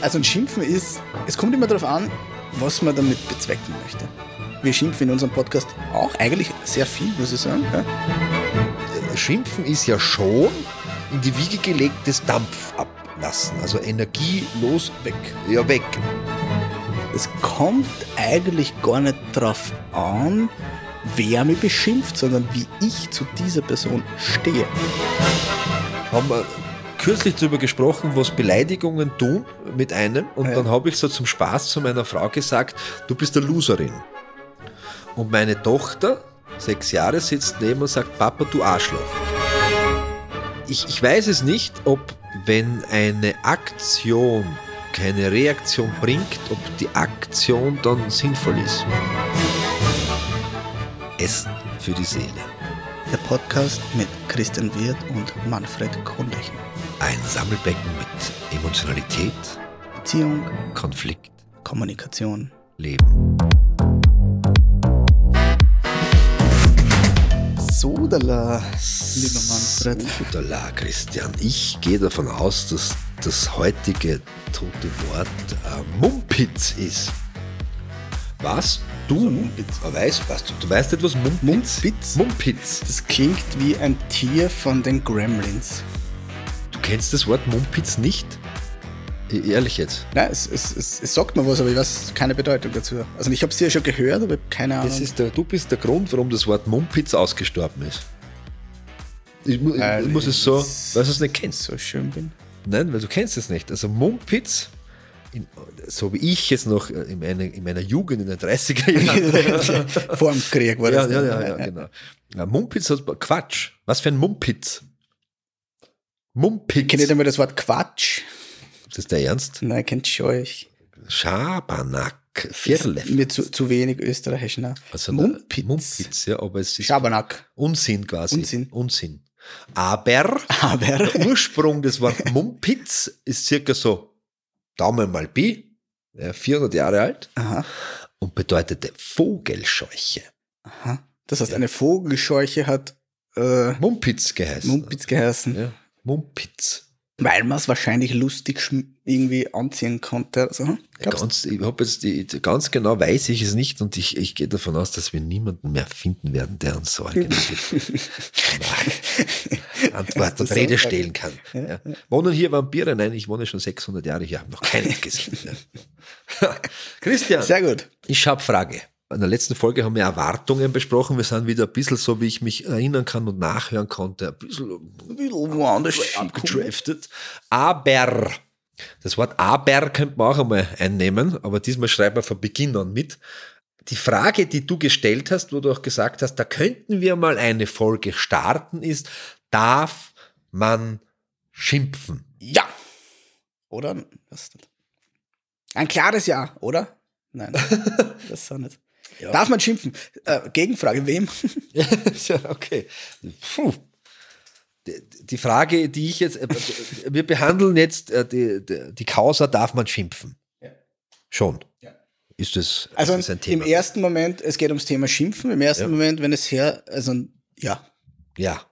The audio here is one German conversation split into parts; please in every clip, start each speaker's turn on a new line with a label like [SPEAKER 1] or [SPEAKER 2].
[SPEAKER 1] Also ein Schimpfen ist, es kommt immer darauf an, was man damit bezwecken möchte. Wir schimpfen in unserem Podcast auch eigentlich sehr viel, muss ich sagen. Ja?
[SPEAKER 2] Schimpfen ist ja schon in die Wiege gelegtes Dampf ablassen, also energielos weg. Ja, weg.
[SPEAKER 1] Es kommt eigentlich gar nicht darauf an, wer mich beschimpft, sondern wie ich zu dieser Person stehe.
[SPEAKER 2] Haben wir kürzlich darüber gesprochen, was Beleidigungen tun mit einem und
[SPEAKER 1] Ja.
[SPEAKER 2] dann habe ich so zum Spaß zu meiner Frau gesagt, du bist eine Loserin. Und meine Tochter, sechs Jahre, sitzt neben und sagt, Papa, du Arschloch. Ich, ich weiß es nicht, ob wenn eine Aktion keine Reaktion bringt, ob die Aktion dann sinnvoll ist. Essen für die Seele.
[SPEAKER 1] Der Podcast mit Christian Wirth und Manfred Kohnlechner.
[SPEAKER 2] Ein Sammelbecken mit Emotionalität,
[SPEAKER 1] Beziehung,
[SPEAKER 2] Konflikt,
[SPEAKER 1] Kommunikation.
[SPEAKER 2] Leben.
[SPEAKER 1] Sodala, lieber Manfred.
[SPEAKER 2] Sudala, Christian. Ich gehe davon aus, dass das heutige tote Wort äh, Mumpitz ist. Was? Du?
[SPEAKER 1] Also Mumpitz.
[SPEAKER 2] Äh, Weißt, was du, du weißt etwas? Mumpitz?
[SPEAKER 1] Mumpitz?
[SPEAKER 2] Mumpitz.
[SPEAKER 1] Das klingt wie ein Tier von den Gremlins.
[SPEAKER 2] Du kennst das Wort Mumpitz nicht? E- Ehrlich jetzt.
[SPEAKER 1] Nein, es, es, es, es sagt mir was, aber ich weiß keine Bedeutung dazu. Also ich habe sie ja schon gehört, aber ich hab keine Ahnung.
[SPEAKER 2] Das ist der, du bist der Grund, warum das Wort Mumpitz ausgestorben ist. Ich, mu- ich
[SPEAKER 1] Weil
[SPEAKER 2] muss es so, weil
[SPEAKER 1] ich's-
[SPEAKER 2] du es nicht kennst.
[SPEAKER 1] so schön bin.
[SPEAKER 2] Nein, weil du kennst es nicht. Also Mumpitz, in, so wie ich jetzt noch äh, in meiner, in meiner Jugend, in den 30er Jahren.
[SPEAKER 1] Vor dem Krieg war
[SPEAKER 2] ja,
[SPEAKER 1] das.
[SPEAKER 2] ja,
[SPEAKER 1] dann.
[SPEAKER 2] ja, ja, genau. Ja, Mumpitz hat Quatsch. Was für ein Mumpitz?
[SPEAKER 1] Ich kenne nicht
[SPEAKER 2] Mumpitz.
[SPEAKER 1] einmal das Wort Quatsch.
[SPEAKER 2] Das ist der Ernst?
[SPEAKER 1] Nein, kennt schon euch.
[SPEAKER 2] Schabernack. Viertel.
[SPEAKER 1] Mir zu, zu wenig österreichisch. Ne?
[SPEAKER 2] Also
[SPEAKER 1] Mumpitz.
[SPEAKER 2] Mumpitz, ja, aber es ist
[SPEAKER 1] Schabernack.
[SPEAKER 2] Unsinn quasi.
[SPEAKER 1] Unsinn.
[SPEAKER 2] Unsinn. Aber
[SPEAKER 1] Aber
[SPEAKER 2] der Ursprung des Wortes Mumpitz ist circa so Daumen mal Pi, ja, 400 Jahre alt.
[SPEAKER 1] Aha,
[SPEAKER 2] und bedeutete Vogelscheuche.
[SPEAKER 1] aha. Das heißt, eine Vogelscheuche hat äh,
[SPEAKER 2] Mumpitz geheißen.
[SPEAKER 1] Mumpitz geheißen.
[SPEAKER 2] Ja. Mumpitz.
[SPEAKER 1] Weil man es wahrscheinlich lustig schm- irgendwie anziehen konnte. Also, glaubst
[SPEAKER 2] Ganz, ich hab jetzt die, ganz genau weiß ich es nicht und ich, ich gehe davon aus, dass wir niemanden mehr finden werden, der uns so Antwort und
[SPEAKER 1] Erste
[SPEAKER 2] Rede
[SPEAKER 1] Sonntag.
[SPEAKER 2] stellen kann. Ja. Wohnen hier Vampire? Nein, ich wohne schon 600 Jahre hier, habe noch keinen gesehen. Ja. Christian,
[SPEAKER 1] du? Sehr gut.
[SPEAKER 2] Ich habe Frage. In der letzten Folge haben wir Erwartungen besprochen. Wir sind wieder ein bisschen so, wie ich mich erinnern kann und nachhören konnte. Ein bisschen
[SPEAKER 1] Woanders
[SPEAKER 2] abgedraftet. Aber, das Wort aber könnte man auch einmal einnehmen, aber diesmal schreiben wir von Beginn an mit. Die Frage, die du gestellt hast, wo du auch gesagt hast, da könnten wir mal eine Folge starten, ist, darf man schimpfen?
[SPEAKER 1] Ja. Oder? Was ist das? Ein klares Ja, oder? Nein, das ist auch nicht.
[SPEAKER 2] Ja.
[SPEAKER 1] Darf man schimpfen? Äh, Gegenfrage, wem?
[SPEAKER 2] ja, okay. Puh. Die- Die Frage, die ich jetzt, äh, wir behandeln jetzt äh, die, die, die Causa, darf man schimpfen?
[SPEAKER 1] Ja.
[SPEAKER 2] Schon.
[SPEAKER 1] Ja.
[SPEAKER 2] Ist das,
[SPEAKER 1] Also
[SPEAKER 2] ist das ein Thema?
[SPEAKER 1] im ersten Moment, es geht ums Thema Schimpfen. Im ersten
[SPEAKER 2] Ja.
[SPEAKER 1] Moment, wenn es her, also ja.
[SPEAKER 2] ja.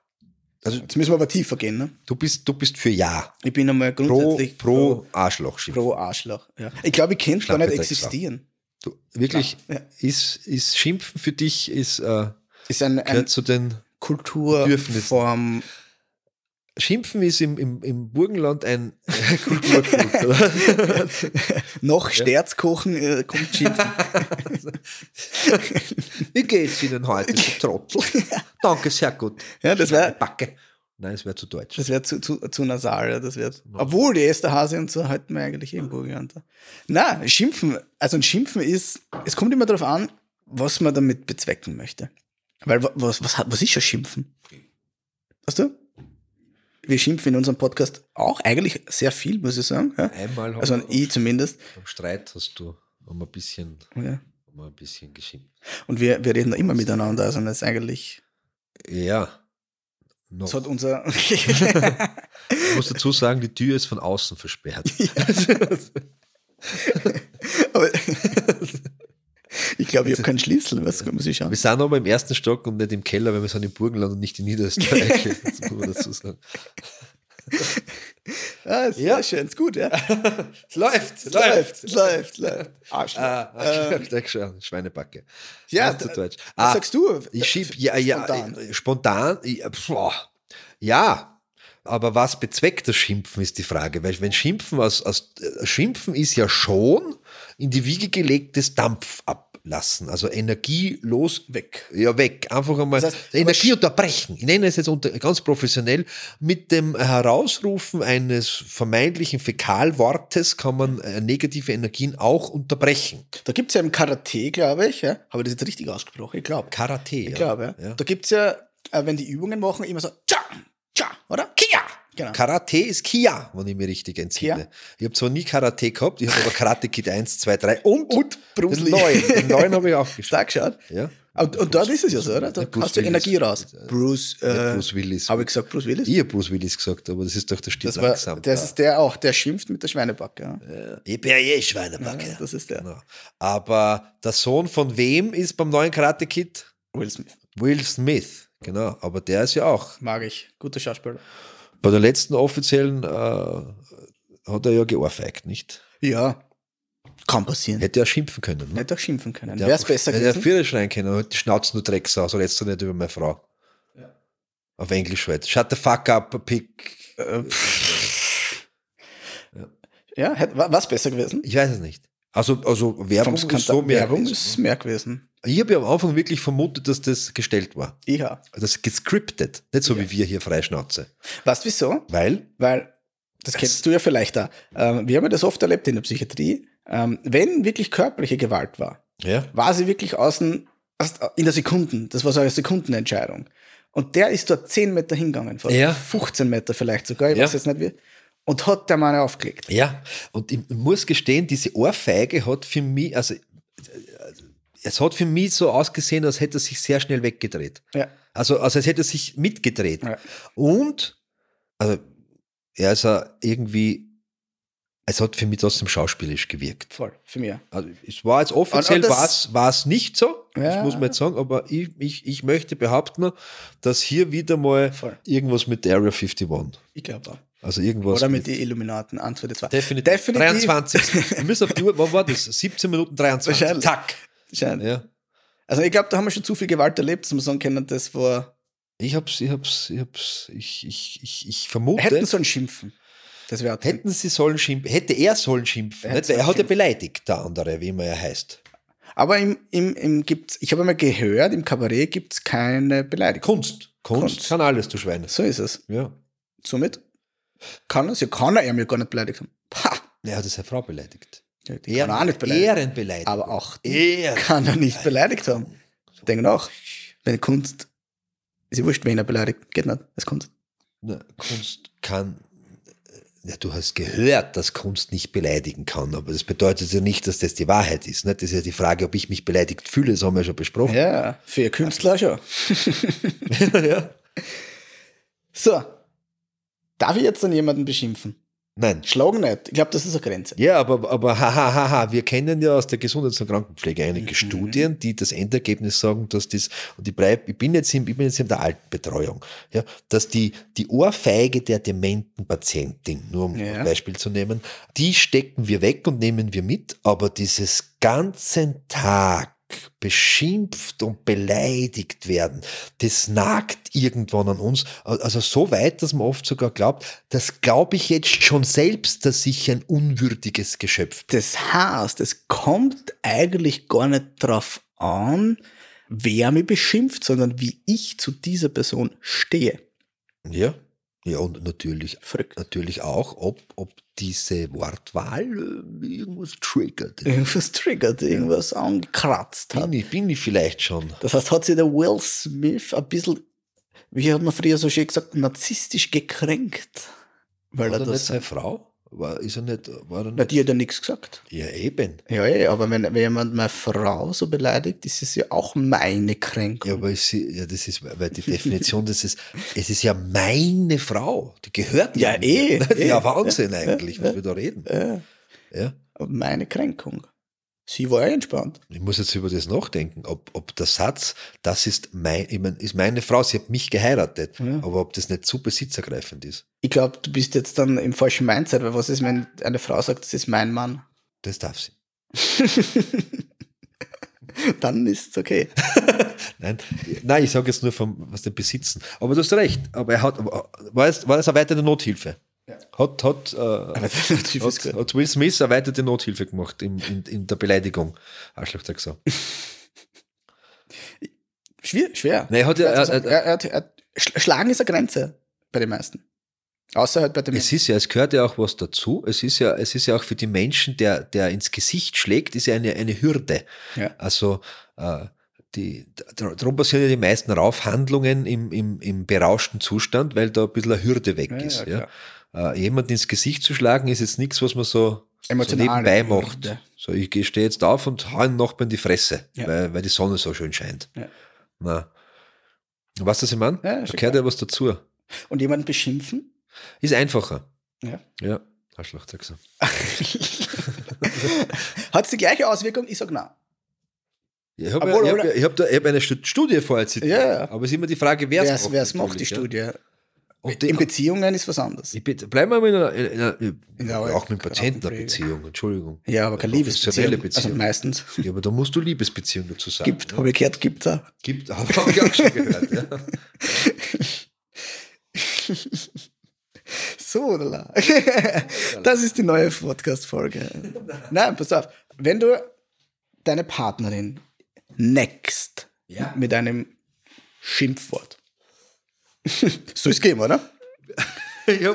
[SPEAKER 2] Also
[SPEAKER 1] Jetzt müssen wir aber tiefer gehen. Ne?
[SPEAKER 2] du bist, du bist für Ja.
[SPEAKER 1] Ich bin einmal
[SPEAKER 2] Pro,
[SPEAKER 1] grundsätzlich
[SPEAKER 2] pro Arschloch schimpfen.
[SPEAKER 1] pro Arschloch. Ja. Ich glaube, ich könnte gar nicht
[SPEAKER 2] Schlampe Drecksau.
[SPEAKER 1] existieren.
[SPEAKER 2] Du, wirklich,
[SPEAKER 1] Ja.
[SPEAKER 2] ist, ist Schimpfen für dich, ist, äh,
[SPEAKER 1] Ist ein, ein
[SPEAKER 2] gehört zu den Bedürfnissen.
[SPEAKER 1] Kulturform.
[SPEAKER 2] Schimpfen ist im, im, im Burgenland ein Kulturgut. oder?
[SPEAKER 1] Noch Sterzkochen äh, kommt Schimpfen.
[SPEAKER 2] Wie geht's Ihnen heute, du Trottel? Danke, sehr gut.
[SPEAKER 1] Ja, das wäre
[SPEAKER 2] Backe. Nein, es wäre zu deutsch.
[SPEAKER 1] das wär zu, zu, zu nasal. Ja, das wär, obwohl die Esterhase und so halten wir eigentlich eh im Burgenland. Na, Schimpfen, also ein Schimpfen ist, es kommt immer darauf an, was man damit bezwecken möchte. Weil wa- was, was, hat- was ist schon Schimpfen? Weißt du? Wir schimpfen in unserem Podcast auch eigentlich sehr viel, muss ich sagen. Ja?
[SPEAKER 2] Einmal haben
[SPEAKER 1] Also ein
[SPEAKER 2] wir-
[SPEAKER 1] I zumindest.
[SPEAKER 2] Beim Streit hast du haben wir ein bisschen,
[SPEAKER 1] Ja.
[SPEAKER 2] haben wir ein bisschen geschimpft.
[SPEAKER 1] Und wir, wir reden da immer miteinander, also das ist eigentlich.
[SPEAKER 2] Ja. Noch.
[SPEAKER 1] Das hat unser.
[SPEAKER 2] Ich muss dazu sagen, die Tür ist von außen versperrt.
[SPEAKER 1] aber ich glaube, ich habe keinen Schlüssel, was muss ich schauen?
[SPEAKER 2] Wir sind aber im ersten Stock und nicht im Keller, weil wir sind im Burgenland und nicht in Niederösterreich. Das muss man dazu sagen.
[SPEAKER 1] Ja, Ah, ist
[SPEAKER 2] Ja.
[SPEAKER 1] sehr schön, ist gut, ja.
[SPEAKER 2] Es läuft, es
[SPEAKER 1] Es
[SPEAKER 2] läuft.
[SPEAKER 1] läuft, läuft, läuft. Arschloch.
[SPEAKER 2] Ah,
[SPEAKER 1] Ähm,
[SPEAKER 2] okay, schon, Schweinebacke.
[SPEAKER 1] ja,
[SPEAKER 2] Weißt du
[SPEAKER 1] da-
[SPEAKER 2] Deutsch.
[SPEAKER 1] Was
[SPEAKER 2] Ah,
[SPEAKER 1] sagst du?
[SPEAKER 2] Ich schieb, ja, ja,
[SPEAKER 1] Spontan.
[SPEAKER 2] spontan. spontan ich, äh, boah. ja, aber was bezweckt das Schimpfen, ist die Frage. Weil wenn Schimpfen aus, aus äh, Schimpfen ist ja schon in die Wiege gelegtes Dampf ablassen, also Energie los.
[SPEAKER 1] Weg.
[SPEAKER 2] Ja, weg. Einfach einmal
[SPEAKER 1] Das heißt, aber
[SPEAKER 2] Energie
[SPEAKER 1] sch-
[SPEAKER 2] unterbrechen. Ich nenne es jetzt unter, ganz professionell. Mit dem Herausrufen eines vermeintlichen Fäkalwortes kann man äh, negative Energien auch unterbrechen.
[SPEAKER 1] Da gibt es ja im Karate, glaube ich, ja. habe ich das jetzt richtig ausgesprochen? Ich glaube.
[SPEAKER 2] Karate.
[SPEAKER 1] Ich glaube, ja.
[SPEAKER 2] Ja.
[SPEAKER 1] Da gibt es ja, äh, wenn die Übungen machen, immer so, tja, tja, oder? Kia! Genau.
[SPEAKER 2] Karate ist Kia, wenn ich mich richtig entsinne.
[SPEAKER 1] Kia.
[SPEAKER 2] Ich habe zwar nie Karate gehabt, ich habe aber Karate Kid 1, 2, 3 und,
[SPEAKER 1] Und Bruce
[SPEAKER 2] den
[SPEAKER 1] Lee.
[SPEAKER 2] neuen. Den neuen habe ich auch geschaut.
[SPEAKER 1] Stark geschaut.
[SPEAKER 2] Ja.
[SPEAKER 1] Und, und dort ist es ja so, oder? Da
[SPEAKER 2] Ja, Bruce
[SPEAKER 1] hast du
[SPEAKER 2] Willis.
[SPEAKER 1] Energie raus. Bruce,
[SPEAKER 2] Ja,
[SPEAKER 1] äh,
[SPEAKER 2] Bruce Willis.
[SPEAKER 1] habe ich gesagt, Bruce Willis?
[SPEAKER 2] Ich habe Bruce Willis gesagt, aber das ist doch der Stil
[SPEAKER 1] das war,
[SPEAKER 2] langsam.
[SPEAKER 1] das ist der auch, der schimpft mit der Schweinebacke. Ja.
[SPEAKER 2] ja. Ich bin ja eh Schweinebacke.
[SPEAKER 1] Ja, das ist der.
[SPEAKER 2] Genau. Aber der Sohn von wem ist beim neuen Karate Kid?
[SPEAKER 1] Will Smith.
[SPEAKER 2] Will Smith. Genau, aber der ist ja auch.
[SPEAKER 1] Mag ich. Guter Schauspieler.
[SPEAKER 2] Bei der letzten offiziellen äh, hat er ja geohrfeigt, nicht?
[SPEAKER 1] Ja. Kann passieren.
[SPEAKER 2] Hätte er schimpfen können. Ne?
[SPEAKER 1] Hätte auch schimpfen können.
[SPEAKER 2] Der
[SPEAKER 1] Wäre es besser
[SPEAKER 2] gewesen?
[SPEAKER 1] gewesen?
[SPEAKER 2] Der Führerschein kennen und die Schnauze nur Drecks aus, oder jetzt nicht über meine Frau. Auf Englisch halt. Shut the fuck up, Pick. äh,
[SPEAKER 1] Ja, hätte, war es besser gewesen?
[SPEAKER 2] Ich weiß es nicht. Also, also Werbung
[SPEAKER 1] Vom
[SPEAKER 2] ist so
[SPEAKER 1] Skandal-
[SPEAKER 2] mehr.
[SPEAKER 1] Werbung
[SPEAKER 2] gewesen.
[SPEAKER 1] ist mehr gewesen.
[SPEAKER 2] Ich habe ja am Anfang wirklich vermutet, dass das gestellt war. Also,
[SPEAKER 1] Ja.
[SPEAKER 2] Das gescriptet. Nicht so
[SPEAKER 1] Ja.
[SPEAKER 2] wie wir hier Freischnauze.
[SPEAKER 1] Weißt du wieso?
[SPEAKER 2] Weil,
[SPEAKER 1] Weil, das kennst du ja vielleicht da. Ähm, wir haben ja das oft erlebt in der Psychiatrie. Ähm, wenn wirklich körperliche Gewalt war,
[SPEAKER 2] ja,
[SPEAKER 1] war sie wirklich außen erst in der Sekunden. Das war so eine Sekundenentscheidung. Und der ist dort 10 Meter hingegangen, von
[SPEAKER 2] Ja.
[SPEAKER 1] 15 Meter vielleicht sogar, ich
[SPEAKER 2] Ja.
[SPEAKER 1] weiß jetzt nicht wie. Und hat der Mann aufgelegt.
[SPEAKER 2] Ja, und ich muss gestehen, diese Ohrfeige hat für mich, also äh, es hat für mich so ausgesehen, als hätte er sich sehr schnell weggedreht.
[SPEAKER 1] Ja.
[SPEAKER 2] Also, also als hätte er sich mitgedreht.
[SPEAKER 1] Ja.
[SPEAKER 2] Und also, er ist ja irgendwie, es hat für mich trotzdem schauspielisch gewirkt.
[SPEAKER 1] Voll, für mich. auch.
[SPEAKER 2] Also, es war jetzt offiziell,
[SPEAKER 1] Und- und das-
[SPEAKER 2] war es- war es nicht so,
[SPEAKER 1] Ja.
[SPEAKER 2] das muss man jetzt sagen, aber ich, ich, ich möchte behaupten, dass hier wieder mal
[SPEAKER 1] Voll.
[SPEAKER 2] irgendwas mit Area 51,
[SPEAKER 1] Ich glaube auch.
[SPEAKER 2] also irgendwas
[SPEAKER 1] Oder mit den Illuminaten, Antwort 2.
[SPEAKER 2] Definitiv.
[SPEAKER 1] Definitiv.
[SPEAKER 2] 23. Wir müssen auf die Uhr, wann war das? 17 Minuten 23.
[SPEAKER 1] Wahrscheinlich.
[SPEAKER 2] Zack.
[SPEAKER 1] Schein.
[SPEAKER 2] Ja.
[SPEAKER 1] Also ich glaube, da haben wir schon zu viel Gewalt erlebt, dass wir sagen können, das war...
[SPEAKER 2] Ich hab's, ich hab's, ich hab's, ich, ich, ich, ich
[SPEAKER 1] Hätten
[SPEAKER 2] vermute.
[SPEAKER 1] sollen schimpfen. Das wäre auch drin.
[SPEAKER 2] Hätten sie sollen schimpfen, hätte er sollen schimpfen.
[SPEAKER 1] Er hätte
[SPEAKER 2] Nicht? Weil Er
[SPEAKER 1] sollen
[SPEAKER 2] hat ja
[SPEAKER 1] schimpfen.
[SPEAKER 2] beleidigt, der andere, wie immer er heißt.
[SPEAKER 1] Aber im, im, im gibt's, ich habe einmal gehört, im Kabarett gibt es keine Beleidigung.
[SPEAKER 2] Kunst. Kunst,
[SPEAKER 1] Kunst.
[SPEAKER 2] kann alles, du Schweine.
[SPEAKER 1] So ist es.
[SPEAKER 2] Ja.
[SPEAKER 1] Somit kann es, ja kann er mir gar nicht beleidigt haben. Pa!
[SPEAKER 2] Er hat seine Frau beleidigt.
[SPEAKER 1] Ja, die kann er auch nicht beleidigt.
[SPEAKER 2] Ehrenbeleidigt.
[SPEAKER 1] aber auch die
[SPEAKER 2] Ehren.
[SPEAKER 1] kann er nicht beleidigt haben. Ich denke auch, wenn Kunst, ist ja wurscht, wen er beleidigt, geht nicht, das ist Kunst.
[SPEAKER 2] Na, Kunst kann. äh, Ja, du hast gehört, dass Kunst nicht beleidigen kann, aber das bedeutet ja nicht, dass das die Wahrheit ist. Ne? Das ist ja die Frage, ob ich mich beleidigt fühle, das haben wir schon besprochen.
[SPEAKER 1] Ja, für Künstler schon.
[SPEAKER 2] Ja.
[SPEAKER 1] So, darf ich jetzt dann jemanden beschimpfen?
[SPEAKER 2] Nein.
[SPEAKER 1] Schlagen nicht, ich glaube, das ist eine Grenze.
[SPEAKER 2] Ja, aber, aber haha, haha, wir kennen ja aus der Gesundheits- und Krankenpflege einige Studien, die das Endergebnis sagen, dass das, und ich, bleib, ich, bin, jetzt in, ich bin jetzt in der Altenbetreuung, ja, dass die, die Ohrfeige der dementen Patientin, nur um
[SPEAKER 1] Ja.
[SPEAKER 2] ein Beispiel zu nehmen, die stecken wir weg und nehmen wir mit, aber dieses ganzen Tag beschimpft und beleidigt werden, das nagt irgendwann an uns. Also so weit, dass man oft sogar glaubt, das glaube ich jetzt schon selbst, dass ich ein unwürdiges Geschöpf bin.
[SPEAKER 1] Das heißt, es kommt eigentlich gar nicht drauf an, wer mich beschimpft, sondern wie ich zu dieser Person stehe.
[SPEAKER 2] Ja. Ja, und natürlich,
[SPEAKER 1] Verrückt.
[SPEAKER 2] natürlich auch, ob, ob diese Wortwahl äh, irgendwas triggert.
[SPEAKER 1] Irgendwas triggert, irgendwas angekratzt hat.
[SPEAKER 2] Bin ich, bin ich vielleicht schon.
[SPEAKER 1] Das heißt, hat sich der Will Smith ein bisschen, wie hat man früher so schön gesagt, narzisstisch gekränkt. Weil
[SPEAKER 2] War
[SPEAKER 1] er
[SPEAKER 2] er nicht
[SPEAKER 1] das.
[SPEAKER 2] seine Frau? War, ist er nicht, war
[SPEAKER 1] Na,
[SPEAKER 2] er nicht?
[SPEAKER 1] die hat ja nichts gesagt.
[SPEAKER 2] Ja, eben.
[SPEAKER 1] Ja, ja, aber wenn, wenn jemand meine Frau so beleidigt, ist es ja auch meine Kränkung.
[SPEAKER 2] Ja, aber ich sehe, ja, das ist, weil die Definition, das ist, es ist ja meine Frau, die gehört
[SPEAKER 1] Ja,
[SPEAKER 2] mir.
[SPEAKER 1] eh, eh.
[SPEAKER 2] Ja, Wahnsinn eigentlich, was wir da reden.
[SPEAKER 1] Ja.
[SPEAKER 2] Ja.
[SPEAKER 1] meine Kränkung. Sie war eh entspannt.
[SPEAKER 2] Ich muss jetzt über das nachdenken, ob, ob der Satz, das ist, mein, ich mein, ist meine Frau, sie hat mich geheiratet,
[SPEAKER 1] Ja.
[SPEAKER 2] aber ob das nicht zu besitzergreifend ist.
[SPEAKER 1] Ich glaube, du bist jetzt dann im falschen Mindset, weil was ist, wenn eine Frau sagt, das ist mein Mann?
[SPEAKER 2] Das darf sie.
[SPEAKER 1] dann ist es okay.
[SPEAKER 2] Nein, nein ich sage jetzt nur vom, was der besitzen. Aber du hast recht, aber er hat, aber war es, war das erweiterte Nothilfe?
[SPEAKER 1] Ja.
[SPEAKER 2] Hat, hat, äh,
[SPEAKER 1] Alternativ ist
[SPEAKER 2] hat,
[SPEAKER 1] gut.
[SPEAKER 2] hat Will Smith erweiterte Nothilfe gemacht in, in, in der Beleidigung. Arschloch sag so.
[SPEAKER 1] Schwer, schwer.
[SPEAKER 2] Nein, er hat ja,
[SPEAKER 1] er,
[SPEAKER 2] er,
[SPEAKER 1] er,
[SPEAKER 2] er,
[SPEAKER 1] er, er, Sch- Schlagen ist eine Grenze bei den meisten. Außer halt bei dem.
[SPEAKER 2] es ist ja, es gehört ja auch was dazu. Es ist ja, es ist ja auch für die Menschen, der, der ins Gesicht schlägt, ist ja eine, eine Hürde.
[SPEAKER 1] Ja.
[SPEAKER 2] Also, äh, die, dr- darum passieren ja die meisten Raufhandlungen im, im, im berauschten Zustand, weil da ein bisschen eine Hürde weg
[SPEAKER 1] Ja, ja,
[SPEAKER 2] ist. Ja,
[SPEAKER 1] klar.
[SPEAKER 2] Äh, jemanden ins Gesicht zu schlagen, ist jetzt nichts, was man so, so
[SPEAKER 1] Emotionale
[SPEAKER 2] nebenbei macht.
[SPEAKER 1] Hürde.
[SPEAKER 2] So, ich stehe jetzt auf und hau einem Nachbarn die Fresse,
[SPEAKER 1] Ja.
[SPEAKER 2] weil, weil die Sonne so schön scheint.
[SPEAKER 1] Ja.
[SPEAKER 2] Na. Weißt du, was ich meine?
[SPEAKER 1] Ja,
[SPEAKER 2] da
[SPEAKER 1] ist
[SPEAKER 2] gehört ja was dazu.
[SPEAKER 1] Und jemanden beschimpfen?
[SPEAKER 2] Ist einfacher.
[SPEAKER 1] Ja.
[SPEAKER 2] Ja, Arschloch, sag so.
[SPEAKER 1] Hat die gleiche Auswirkung? Ich sag nein.
[SPEAKER 2] Ich habe
[SPEAKER 1] Obwohl,
[SPEAKER 2] ja, ich hab,
[SPEAKER 1] oder-
[SPEAKER 2] ja- ich hab da- ich hab eine Stu- Studie vorher zitiert,
[SPEAKER 1] Ja, ja.
[SPEAKER 2] aber es ist immer die Frage, wer
[SPEAKER 1] Wer
[SPEAKER 2] es
[SPEAKER 1] es
[SPEAKER 2] macht.
[SPEAKER 1] wer's macht, die
[SPEAKER 2] natürlich, ja.
[SPEAKER 1] Studie.
[SPEAKER 2] Und
[SPEAKER 1] In
[SPEAKER 2] die,
[SPEAKER 1] Beziehungen ist was anderes.
[SPEAKER 2] ich bitte, bleiben wir mal in einer, in einer,
[SPEAKER 1] der
[SPEAKER 2] auch
[SPEAKER 1] Krankenpflege.
[SPEAKER 2] mit Patienten einer Beziehung, Entschuldigung.
[SPEAKER 1] Ja, aber keine
[SPEAKER 2] Eine professionelle
[SPEAKER 1] Liebesbeziehung. Also meistens.
[SPEAKER 2] Ja, aber da musst du Liebesbeziehung dazu sagen. ne?
[SPEAKER 1] Gibt, habe ich gehört, gibt's auch.
[SPEAKER 2] Gibt, habe ich auch schon gehört. Ja.
[SPEAKER 1] So, lala. das ist die neue Podcast-Folge. Nein, pass auf. Wenn du deine Partnerin next
[SPEAKER 2] Ja.
[SPEAKER 1] mit einem Schimpfwort. so ist gehen, oder?
[SPEAKER 2] Ja,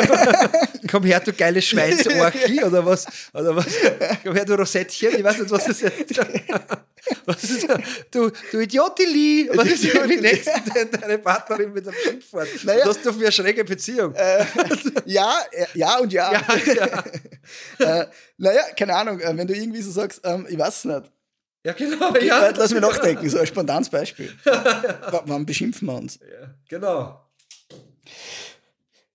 [SPEAKER 2] komm her, du geiles Schweinsorchi oder was? Oder was? Komm her, du Rosettchen, ich weiß nicht, was das jetzt was ist. Du, du Idiotili, was ist denn die nächste deine Partnerin mit einem Schimpfwort?
[SPEAKER 1] Naja. Äh.
[SPEAKER 2] Du hast doch eine schräge Beziehung.
[SPEAKER 1] Ja, äh, ja und ja.
[SPEAKER 2] ja, ja.
[SPEAKER 1] Äh, naja, keine Ahnung, äh, wenn du irgendwie so sagst, ähm, ich weiß nicht.
[SPEAKER 2] ja, genau.
[SPEAKER 1] Ja.
[SPEAKER 2] Ja.
[SPEAKER 1] Lass mich nachdenken, so ein spontanes Beispiel. W wann beschimpfen wir uns?
[SPEAKER 2] ja, genau.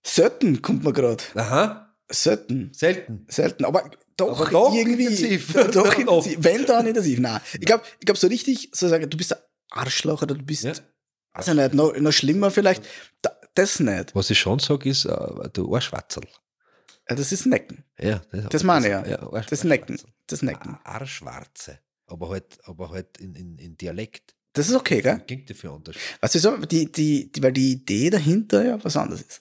[SPEAKER 1] Selten kommt man gerade.
[SPEAKER 2] Aha,
[SPEAKER 1] Selten.
[SPEAKER 2] selten.
[SPEAKER 1] Selten, aber doch,
[SPEAKER 2] Aber doch
[SPEAKER 1] irgendwie.
[SPEAKER 2] intensiv.
[SPEAKER 1] Doch,
[SPEAKER 2] Doch.
[SPEAKER 1] intensiv. Wenn dann intensiv. Nein. Ich glaube, ich glaub, so richtig so sagen, du bist ein Arschloch oder du bist,
[SPEAKER 2] Ja.
[SPEAKER 1] weiß
[SPEAKER 2] Also,
[SPEAKER 1] ich nicht, noch, noch schlimmer vielleicht. Da- Das nicht.
[SPEAKER 2] Was ich schon sage, ist, äh, du Arschwatzel.
[SPEAKER 1] Ja, Das ist Necken.
[SPEAKER 2] Ja,
[SPEAKER 1] Das meine ich ja.
[SPEAKER 2] Arsch-
[SPEAKER 1] Das Necken. Das Necken.
[SPEAKER 2] Arschwarze. Aber halt, aber halt in, in, in Dialekt.
[SPEAKER 1] Das ist okay, gell?
[SPEAKER 2] Klingt dafür anders.
[SPEAKER 1] Weißt du, so, die, die, die, weil die Idee dahinter ja was anderes ist.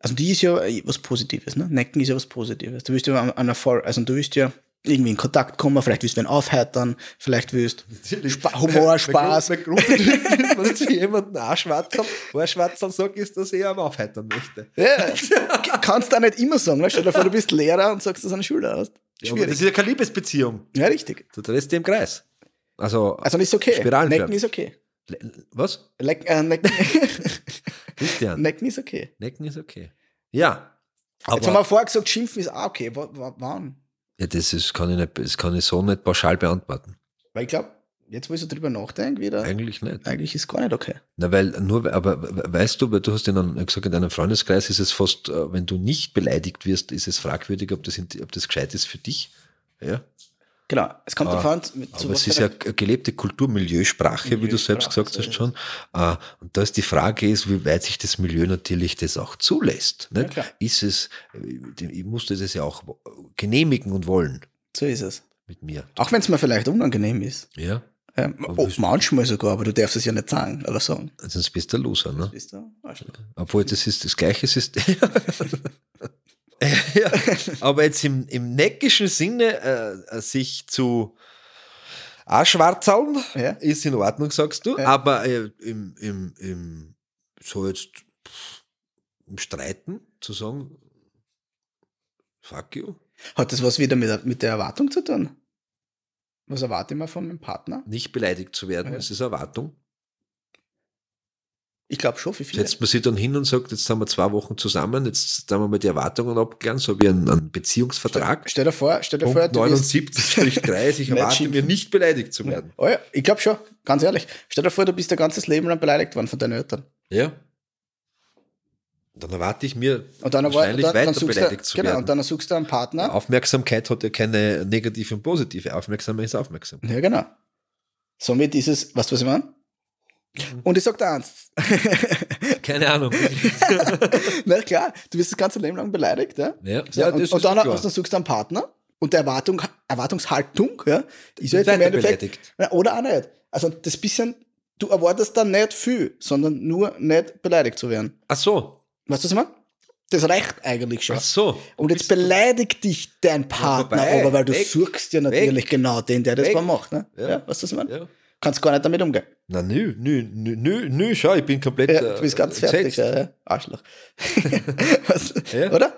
[SPEAKER 1] Also die ist ja was Positives, ne? Necken ist ja was Positives. Du willst ja an, an Erfolg, also du willst ja irgendwie in Kontakt kommen, vielleicht willst du einen aufheitern, vielleicht willst Spa Humor, Spaß.
[SPEAKER 2] Bei Gruppen, wenn zu jemandem Arschwatzel, Arschwatzel sagt, ist, dass er am Aufheitern möchte.
[SPEAKER 1] Ja. K- Kannst du auch nicht immer sagen. ne? Stell dir vor, du bist Lehrer und sagst das an der Schule aus.
[SPEAKER 2] aber das
[SPEAKER 1] Schwierig.
[SPEAKER 2] ist ja keine Liebesbeziehung.
[SPEAKER 1] Ja, richtig.
[SPEAKER 2] Du drehst dich im Kreis. Also,
[SPEAKER 1] Also ist okay.
[SPEAKER 2] Spiralenförmig.
[SPEAKER 1] Necken ist okay.
[SPEAKER 2] le- was?
[SPEAKER 1] Leck, äh, Necken,
[SPEAKER 2] Christian,
[SPEAKER 1] Necken ist okay.
[SPEAKER 2] Necken ist okay. Ja.
[SPEAKER 1] Jetzt haben wir
[SPEAKER 2] Aber
[SPEAKER 1] vorher gesagt, Schimpfen ist auch okay. Wa- wa- Wann?
[SPEAKER 2] ja, das, ist, kann ich nicht, das kann ich so nicht pauschal beantworten.
[SPEAKER 1] Weil ich glaube, jetzt wo ich so drüber nachdenke, wieder,
[SPEAKER 2] Eigentlich nicht.
[SPEAKER 1] eigentlich ist gar nicht okay.
[SPEAKER 2] Na, weil nur, aber we- weißt du, weil du hast ja dann gesagt, in deinem Freundeskreis ist es fast, äh, wenn du nicht beleidigt wirst, ist es fragwürdig, ob das, in- ob das gescheit ist für dich. Ja.
[SPEAKER 1] Genau. Es kommt
[SPEAKER 2] Ah,
[SPEAKER 1] davon, mit
[SPEAKER 2] Aber es ist ja eine gelebte Kulturmilieusprache, wie du selbst
[SPEAKER 1] Milieusprache,
[SPEAKER 2] gesagt hast schon. Äh, Und da ist die Frage ist, wie weit sich das Milieu natürlich das auch zulässt. Nicht?
[SPEAKER 1] klar.
[SPEAKER 2] ist es, ich musste das ja auch genehmigen und wollen
[SPEAKER 1] So ist es.
[SPEAKER 2] mit mir.
[SPEAKER 1] Auch wenn es mir vielleicht unangenehm ist.
[SPEAKER 2] Ja.
[SPEAKER 1] Ähm, oh, manchmal sogar, aber du darfst es ja nicht sagen oder sagen.
[SPEAKER 2] Sonst bist du ein Loser, ne?
[SPEAKER 1] Bist du? Arschloch.
[SPEAKER 2] Obwohl das ist das gleiche System. ja, aber jetzt im, im neckischen Sinne äh, sich zu Arschwarzeln
[SPEAKER 1] Ja.
[SPEAKER 2] ist in Ordnung, sagst du.
[SPEAKER 1] Ja.
[SPEAKER 2] Aber äh, im, im, im, so jetzt pff, im Streiten zu sagen, fuck you,
[SPEAKER 1] Hat das was wieder mit, der- mit der Erwartung zu tun? Was erwarte ich mal von meinem Partner?
[SPEAKER 2] nicht beleidigt zu werden,
[SPEAKER 1] Ja.
[SPEAKER 2] das ist Erwartung.
[SPEAKER 1] Ich glaube schon, für viele.
[SPEAKER 2] Setzt man sich dann hin und sagt, jetzt sind wir zwei Wochen zusammen, jetzt haben wir mal die Erwartungen abklären, so wie einen, einen Beziehungsvertrag.
[SPEAKER 1] Stell dir vor, stell dir vor,
[SPEAKER 2] Punkt
[SPEAKER 1] du wirst,
[SPEAKER 2] 79-3, ich
[SPEAKER 1] Nicht
[SPEAKER 2] erwarte
[SPEAKER 1] schimpfen.
[SPEAKER 2] mir nicht beleidigt zu werden.
[SPEAKER 1] oh ja, ich glaube schon, ganz ehrlich. Stell dir vor, du bist dein ganzes Leben lang beleidigt worden von deinen Eltern.
[SPEAKER 2] Ja. Dann erwarte ich mir
[SPEAKER 1] Und dann aber-
[SPEAKER 2] wahrscheinlich
[SPEAKER 1] dann,
[SPEAKER 2] weiter
[SPEAKER 1] dann suchst
[SPEAKER 2] beleidigt
[SPEAKER 1] du,
[SPEAKER 2] zu
[SPEAKER 1] genau,
[SPEAKER 2] werden.
[SPEAKER 1] und dann suchst du einen Partner.
[SPEAKER 2] Aufmerksamkeit hat ja keine negative und positive. Aufmerksamkeit ist aufmerksam.
[SPEAKER 1] Ja, genau. Somit ist es, weißt du, was ich meine?
[SPEAKER 2] Mhm.
[SPEAKER 1] Und ich sag dir eins.
[SPEAKER 2] Keine Ahnung.
[SPEAKER 1] Na klar, du wirst das ganze Leben lang beleidigt, ja?
[SPEAKER 2] ja,
[SPEAKER 1] So,
[SPEAKER 2] ja,
[SPEAKER 1] und,
[SPEAKER 2] das
[SPEAKER 1] und
[SPEAKER 2] ist
[SPEAKER 1] dann,
[SPEAKER 2] klar.
[SPEAKER 1] und dann suchst du einen Partner und die Erwartung, Erwartungshaltung ja, ist ja jetzt im
[SPEAKER 2] weiter
[SPEAKER 1] Endeffekt.
[SPEAKER 2] beleidigt.
[SPEAKER 1] Ja, Oder auch nicht. Also das bisschen, du erwartest dann nicht viel, sondern nur nicht beleidigt zu werden.
[SPEAKER 2] Ach so,
[SPEAKER 1] Weißt du, was ich meine? Das reicht eigentlich schon.
[SPEAKER 2] ach so.
[SPEAKER 1] Und jetzt beleidigt dich dein Partner,
[SPEAKER 2] vorbei,
[SPEAKER 1] aber weil du
[SPEAKER 2] weg,
[SPEAKER 1] suchst ja natürlich genau den, der das
[SPEAKER 2] weg.
[SPEAKER 1] mal macht. Ne?
[SPEAKER 2] Ja.
[SPEAKER 1] Ja. weißt du, was ich meine?
[SPEAKER 2] Ja.
[SPEAKER 1] Kannst gar nicht damit umgehen.
[SPEAKER 2] Na nö, nö, nö, nö, nö, schau, ich bin komplett
[SPEAKER 1] Ja, du bist
[SPEAKER 2] äh,
[SPEAKER 1] ganz fertig,
[SPEAKER 2] entsetzt.
[SPEAKER 1] ja, ja. Arschloch. weißt,
[SPEAKER 2] Ja.
[SPEAKER 1] du, Oder?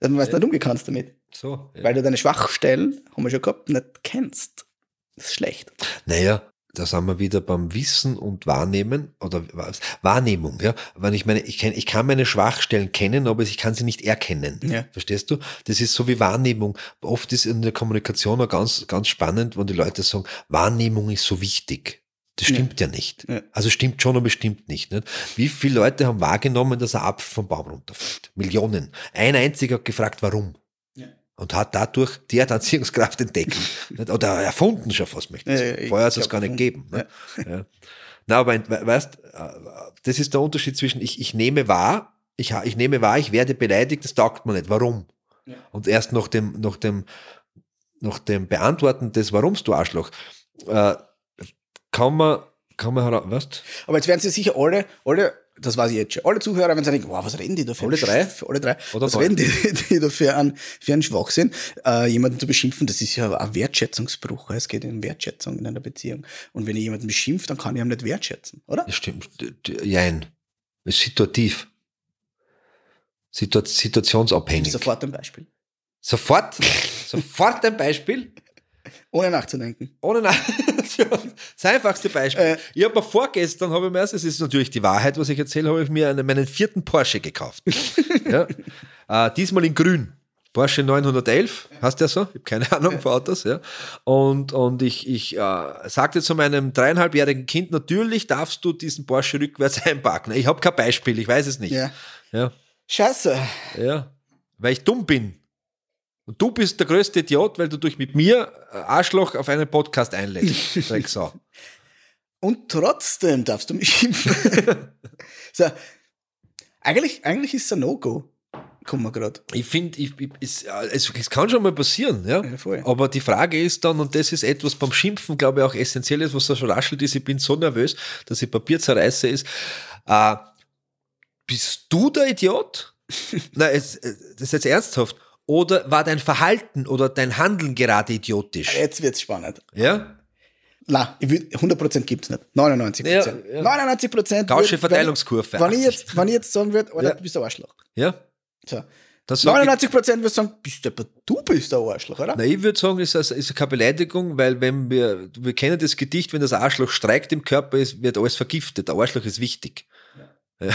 [SPEAKER 1] Dann weißt du nicht umgehen kannst damit.
[SPEAKER 2] So, ja.
[SPEAKER 1] Weil du deine Schwachstellen, haben wir schon gehabt, nicht kennst. Das ist schlecht.
[SPEAKER 2] Naja, da sind wir wieder beim Wissen und Wahrnehmen oder was- Wahrnehmung, ja. Wenn ich meine, ich kann, ich kann meine Schwachstellen kennen, aber ich kann sie nicht erkennen.
[SPEAKER 1] Ja.
[SPEAKER 2] Verstehst du? Das ist so wie Wahrnehmung. Oft ist in der Kommunikation auch ganz, ganz spannend, wenn die Leute sagen, Wahrnehmung ist so wichtig. Das
[SPEAKER 1] Ja.
[SPEAKER 2] stimmt ja, nicht.
[SPEAKER 1] Ja.
[SPEAKER 2] Also stimmt schon, aber stimmt nicht, nicht. Wie viele Leute haben wahrgenommen, dass ein Apfel vom Baum runterfällt? Millionen. Ein einziger hat gefragt, warum?
[SPEAKER 1] Ja.
[SPEAKER 2] Und hat dadurch die Erdanziehungskraft entdeckt. nicht? Oder erfunden schon fast, möchte ich
[SPEAKER 1] Ja,
[SPEAKER 2] sagen.
[SPEAKER 1] ja, ich
[SPEAKER 2] Vorher hat es
[SPEAKER 1] glaub,
[SPEAKER 2] gar nicht gegeben.
[SPEAKER 1] erfunden.
[SPEAKER 2] Ne? Ja. Na, aber ein- we- weißt, äh, das ist der Unterschied zwischen ich, ich nehme wahr, ich, ha- ich nehme wahr, ich werde beleidigt, das taugt mir nicht. Warum?
[SPEAKER 1] Ja.
[SPEAKER 2] Und erst nach dem, nach dem, nach dem Beantworten des Warums, du Arschloch, äh, kann man, kann man heraus, weißt,
[SPEAKER 1] Aber jetzt werden sie sicher alle, alle, das weiß ich jetzt schon, alle Zuhörer, wenn sie denken, wow, was reden die da für
[SPEAKER 2] Alle
[SPEAKER 1] einen
[SPEAKER 2] drei?
[SPEAKER 1] Sch- Für alle drei.
[SPEAKER 2] Oder
[SPEAKER 1] was reden
[SPEAKER 2] neun?
[SPEAKER 1] die, die da für einen, für einen Schwachsinn? Äh, jemanden zu beschimpfen, das ist ja ein Wertschätzungsbruch. Es geht um Wertschätzung in einer Beziehung. Und wenn ich jemanden beschimpft, dann kann ich ihn nicht wertschätzen, oder?
[SPEAKER 2] das stimmt, d- d- jein, ist situativ. Situa-
[SPEAKER 1] Ich
[SPEAKER 2] situationsabhängig.
[SPEAKER 1] sofort ein Beispiel.
[SPEAKER 2] Sofort, sofort ein Beispiel.
[SPEAKER 1] Ohne nachzudenken.
[SPEAKER 2] Ohne Nein. Das einfachste Beispiel.
[SPEAKER 1] Äh.
[SPEAKER 2] ich habe mir vorgestern, habe ich mir erst, es ist natürlich die Wahrheit, was ich erzähle, habe ich mir einen, meinen vierten Porsche gekauft. ja. äh, diesmal in grün. Porsche 911, hast der so? Ich habe keine Ahnung von Autos. Ja. Und, und ich, ich äh, sagte zu meinem dreieinhalbjährigen Kind, natürlich darfst du diesen Porsche rückwärts einparken. Ich habe kein Beispiel, ich weiß es nicht.
[SPEAKER 1] Ja.
[SPEAKER 2] Ja.
[SPEAKER 1] Scheiße.
[SPEAKER 2] Ja, weil ich dumm bin. Und du bist der größte Idiot, weil du dich mit mir, äh, Arschloch, auf einen Podcast einlädst. Drecksau.
[SPEAKER 1] Und trotzdem darfst du mich schimpfen. so. Eigentlich, eigentlich ist es ein No-Go. Kommen wir gerade.
[SPEAKER 2] Ich finde, ich, ich, es, äh, es, es kann schon mal passieren, ja.
[SPEAKER 1] Ja, voll.
[SPEAKER 2] Aber die Frage ist dann, und das ist etwas beim Schimpfen, glaube ich, auch essentiell ist, was da schon raschelt ist, ich bin so nervös, dass ich Papier zerreiße, ist, äh, bist du der Idiot? Nein, es, äh, das ist jetzt ernsthaft. Oder war dein Verhalten oder dein Handeln gerade idiotisch?
[SPEAKER 1] Jetzt wird's spannend.
[SPEAKER 2] Ja?
[SPEAKER 1] Na, ich würd, 100% gibt's nicht. 99%.
[SPEAKER 2] Ja, ja.
[SPEAKER 1] 99%.
[SPEAKER 2] Gausche
[SPEAKER 1] würd-
[SPEAKER 2] Verteilungskurve,
[SPEAKER 1] Wenn, ich- wenn, ich
[SPEAKER 2] 80.
[SPEAKER 1] jetzt, wenn ich jetzt sagen würde, Alter,
[SPEAKER 2] Ja.
[SPEAKER 1] du bist ein Arschloch.
[SPEAKER 2] Ja?
[SPEAKER 1] So.
[SPEAKER 2] Das sag ich,
[SPEAKER 1] 99% würd sagen, bist du, aber du bist ein Arschloch, oder?
[SPEAKER 2] na, ich würde sagen, es ist, ist keine Beleidigung, weil wenn wir, wir kennen das Gedicht, wenn das Arschloch streikt im Körper, ist, wird alles vergiftet. Der Arschloch ist wichtig. Ja,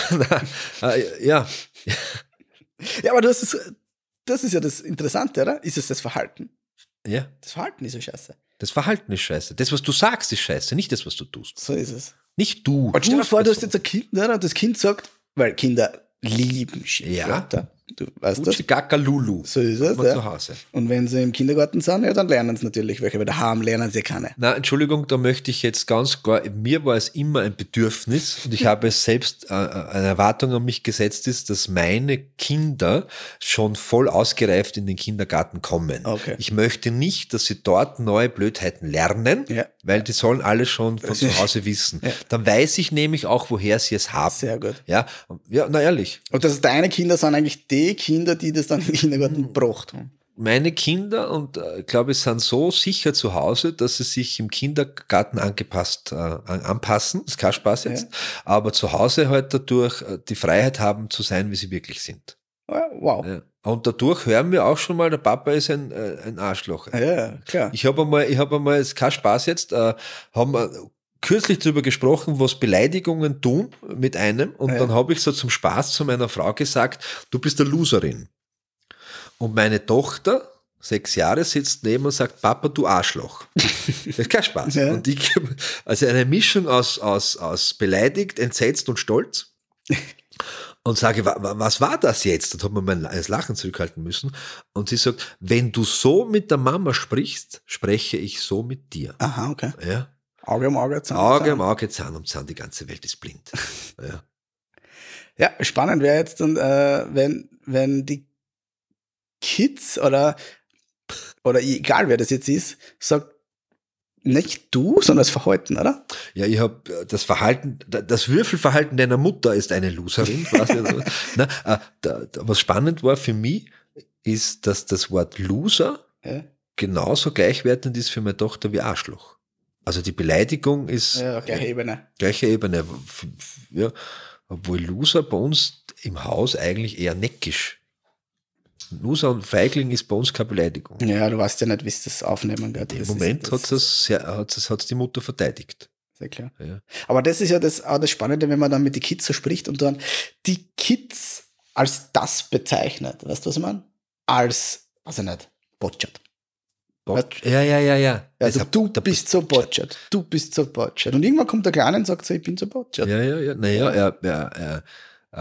[SPEAKER 2] na, äh, ja.
[SPEAKER 1] Ja, aber das ist, das ist ja das Interessante, oder? Ist es das Verhalten?
[SPEAKER 2] ja.
[SPEAKER 1] Das Verhalten ist so scheiße.
[SPEAKER 2] Das Verhalten ist scheiße. Das, was du sagst, ist scheiße, nicht das, was du tust.
[SPEAKER 1] So ist es.
[SPEAKER 2] Nicht du.
[SPEAKER 1] Und stell dir
[SPEAKER 2] als
[SPEAKER 1] vor, du hast
[SPEAKER 2] Person.
[SPEAKER 1] jetzt ein Kind, oder? Und das Kind sagt, weil Kinder lieben Schimpfwörter. Du weißt
[SPEAKER 2] Gucci
[SPEAKER 1] das.
[SPEAKER 2] Gacka Lulu.
[SPEAKER 1] So ist es,
[SPEAKER 2] Mal zu
[SPEAKER 1] ja.
[SPEAKER 2] Hause.
[SPEAKER 1] Und wenn sie im Kindergarten sind, ja, dann lernen sie natürlich welche, weil daheim lernen sie keine.
[SPEAKER 2] Na, Entschuldigung, da möchte ich jetzt ganz klar, mir war es immer ein Bedürfnis und ich habe es selbst äh, eine Erwartung an mich gesetzt, ist, dass meine Kinder schon voll ausgereift in den Kindergarten kommen.
[SPEAKER 1] Okay.
[SPEAKER 2] Ich möchte nicht, dass sie dort neue Blödheiten lernen,
[SPEAKER 1] Ja.
[SPEAKER 2] weil die sollen alle schon von zu Hause wissen. Dann weiß ich nämlich auch, woher sie es haben.
[SPEAKER 1] Sehr gut.
[SPEAKER 2] Ja, ja, na ehrlich.
[SPEAKER 1] Und das deine Kinder sind eigentlich die Kinder, die das dann in den Kindergarten gebracht haben.
[SPEAKER 2] meine Kinder und äh, glaube ich sind so sicher zu Hause, dass sie sich im Kindergarten angepasst äh, an, anpassen. Ist kein Spaß jetzt, aber zu Hause halt dadurch äh, die Freiheit haben zu sein, wie sie wirklich sind.
[SPEAKER 1] Ja, Wow.
[SPEAKER 2] Ja. Und dadurch hören wir auch schon mal, der Papa ist ein, äh, ein Arschloch.
[SPEAKER 1] Ja, ja klar.
[SPEAKER 2] Ich habe einmal, ich habe einmal, ist kein Spaß jetzt, äh, haben wir kürzlich darüber gesprochen, was Beleidigungen tun mit einem. Und
[SPEAKER 1] Ja.
[SPEAKER 2] dann habe ich so zum Spaß zu meiner Frau gesagt, du bist eine Loserin. Und meine Tochter, sechs Jahre, sitzt neben und sagt, Papa, du Arschloch. das ist kein Spaß.
[SPEAKER 1] Ja.
[SPEAKER 2] Und ich, also eine Mischung aus, aus, aus beleidigt, entsetzt und stolz. und sage, wa- wa- was war das jetzt? Und habe mir mein eines Lachen zurückhalten müssen. Und sie sagt, wenn du so mit der Mama sprichst, spreche ich so mit dir.
[SPEAKER 1] Aha, okay.
[SPEAKER 2] Ja.
[SPEAKER 1] Auge um Auge, Zahn um
[SPEAKER 2] Auge
[SPEAKER 1] Zahn.
[SPEAKER 2] um Auge, Zahn um Zahn, die ganze Welt ist blind. Ja.
[SPEAKER 1] Ja, spannend wäre jetzt dann, äh, wenn, wenn die Kids oder, oder egal wer das jetzt ist, sagt, nicht du, sondern das Verhalten, oder?
[SPEAKER 2] Ja, ich habe das Verhalten, da- das Würfelverhalten deiner Mutter ist eine Loserin. quasi oder sowas. Na, äh, da, da, was spannend war für mich, ist, dass das Wort Loser
[SPEAKER 1] Ja,
[SPEAKER 2] genauso gleichwertend ist für meine Tochter wie Arschloch. Also die Beleidigung ist
[SPEAKER 1] ja okay, Ebene.
[SPEAKER 2] gleiche Ebene. F- f- Ja, obwohl Loser bei uns im Haus eigentlich eher neckisch. Loser und Feigling ist bei uns keine Beleidigung.
[SPEAKER 1] Ja, du weißt ja nicht, wie es das aufnehmen wird.
[SPEAKER 2] Im
[SPEAKER 1] Das
[SPEAKER 2] Moment
[SPEAKER 1] ist,
[SPEAKER 2] hat
[SPEAKER 1] das.
[SPEAKER 2] es die Mutter verteidigt.
[SPEAKER 1] Sehr klar.
[SPEAKER 2] Ja.
[SPEAKER 1] Aber das ist ja das, auch das Spannende, wenn man dann mit den Kids so spricht und dann die Kids als das bezeichnet. Weißt du, was ich meine? Als, also nicht, Botschat.
[SPEAKER 2] Bot- Ja, ja, ja, ja.
[SPEAKER 1] Ja,
[SPEAKER 2] Also,
[SPEAKER 1] du, du bist so Botschat. Du bist so Botschat. Und irgendwann kommt der Kleine und sagt so, ich bin so Botschat.
[SPEAKER 2] Ja, ja, ja. Naja, er, er, er,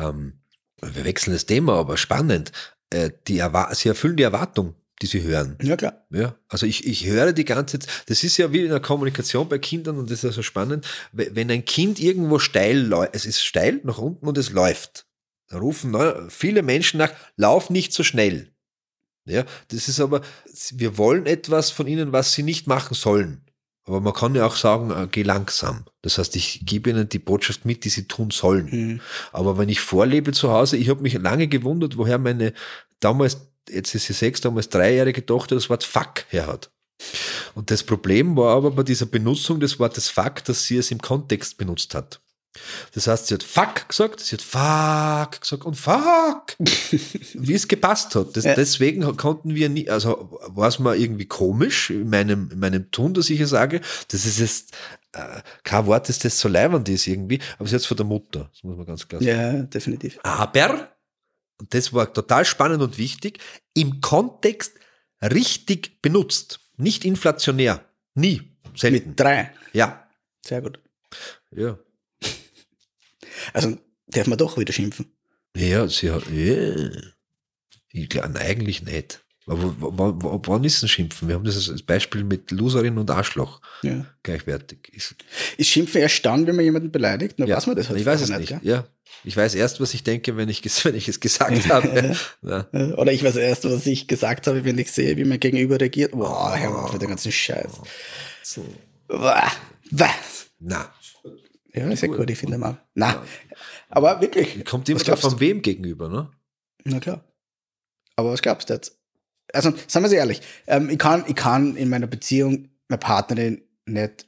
[SPEAKER 2] ähm, wir wechseln das Thema, aber spannend. Äh, die Erwa sie erfüllen die Erwartung, die sie hören.
[SPEAKER 1] Ja, klar.
[SPEAKER 2] Ja, also ich, ich höre die ganze Zeit, das ist ja wie in der Kommunikation bei Kindern und das ist ja so spannend, we- wenn ein Kind irgendwo steil läuft, es ist steil nach unten und es läuft, dann rufen neu- viele Menschen nach, lauf nicht so schnell. Ja, das ist aber, wir wollen etwas von ihnen, was sie nicht machen sollen. Aber man kann ja auch sagen, äh, geh langsam. Das heißt, ich gebe ihnen die Botschaft mit, die sie tun sollen.
[SPEAKER 1] Hm.
[SPEAKER 2] Aber wenn ich vorlebe zu Hause, ich habe mich lange gewundert, woher meine damals, jetzt ist sie sechs, damals dreijährige Tochter das Wort Fuck her hat. Und das Problem war aber bei dieser Benutzung des Wortes Fuck, dass sie es im Kontext benutzt hat. Das heißt, sie hat Fuck gesagt, sie hat Fuck gesagt und Fuck, wie es gepasst hat. Das,
[SPEAKER 1] Ja.
[SPEAKER 2] Deswegen konnten wir nie, also war es mal irgendwie komisch in meinem, in meinem Tun, dass ich ihr sage, das ist jetzt, äh, kein Wort ist das so leibend ist irgendwie, aber sie hat es von der Mutter, das muss man ganz klar sagen.
[SPEAKER 1] Ja, definitiv.
[SPEAKER 2] Aber, und das war total spannend und wichtig, im Kontext richtig benutzt. Nicht inflationär. Nie. Selten.
[SPEAKER 1] Mit drei.
[SPEAKER 2] Ja.
[SPEAKER 1] Sehr gut.
[SPEAKER 2] Ja.
[SPEAKER 1] Also darf man doch wieder schimpfen.
[SPEAKER 2] Ja, sie hat. Ja. Ich glaube, eigentlich nicht. Aber w- w- w- wann ist ein Schimpfen? Wir haben das als- als Beispiel mit Loserin und Arschloch
[SPEAKER 1] Ja.
[SPEAKER 2] gleichwertig. Ist,
[SPEAKER 1] Ist Schimpfen erst dann, wenn man jemanden beleidigt? Na,
[SPEAKER 2] ja.
[SPEAKER 1] weiß man das halt
[SPEAKER 2] Ich weiß es
[SPEAKER 1] vorher
[SPEAKER 2] nicht.
[SPEAKER 1] gell?
[SPEAKER 2] ja. Ich weiß erst, was ich denke, wenn ich, ges- wenn ich es gesagt habe. ja.
[SPEAKER 1] Ja, Äh, Oder ich weiß erst, was ich gesagt habe, wenn ich sehe, wie mein Gegenüber reagiert. Boah, hör mal auf mit dem ganzen Scheiß. Boah, was?
[SPEAKER 2] Na,
[SPEAKER 1] Ah. Ja, sehr gut, ich finde mal. Na, aber wirklich.
[SPEAKER 2] kommt immer
[SPEAKER 1] Was glaubst
[SPEAKER 2] von wem gegenüber, ne?
[SPEAKER 1] Na klar. Aber was glaubst du jetzt? Also, sagen wir ehrlich, ähm, ich, kann, ich kann in meiner Beziehung meine Partnerin nicht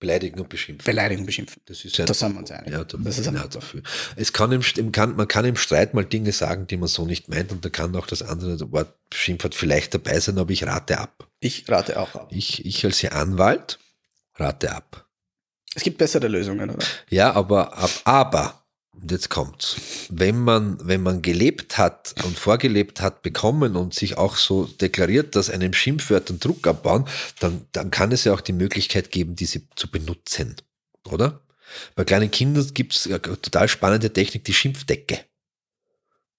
[SPEAKER 2] Beleidigen und beschimpfen.
[SPEAKER 1] Beleidigung beschimpfen.
[SPEAKER 2] Das ist ja
[SPEAKER 1] Da sind wir uns einig.
[SPEAKER 2] ja, da
[SPEAKER 1] Das ist ein-
[SPEAKER 2] genau dafür. Es kann im, im, kann, man kann im Streit mal Dinge sagen, die man so nicht meint, und da kann auch das andere Wort Schimpfwort vielleicht dabei sein, aber ich rate ab.
[SPEAKER 1] Ich rate auch ab.
[SPEAKER 2] Ich, ich als Ihr Anwalt rate ab.
[SPEAKER 1] Es gibt bessere Lösungen, oder?
[SPEAKER 2] Ja, aber, ab, aber, und jetzt kommt's. Wenn man, wenn man gelebt hat und vorgelebt hat bekommen und sich auch so deklariert, dass einem Schimpfwörtern Druck abbauen, dann, dann kann es ja auch die Möglichkeit geben, diese zu benutzen. Oder? Bei kleinen Kindern gibt's eine total spannende Technik, die Schimpfdecke.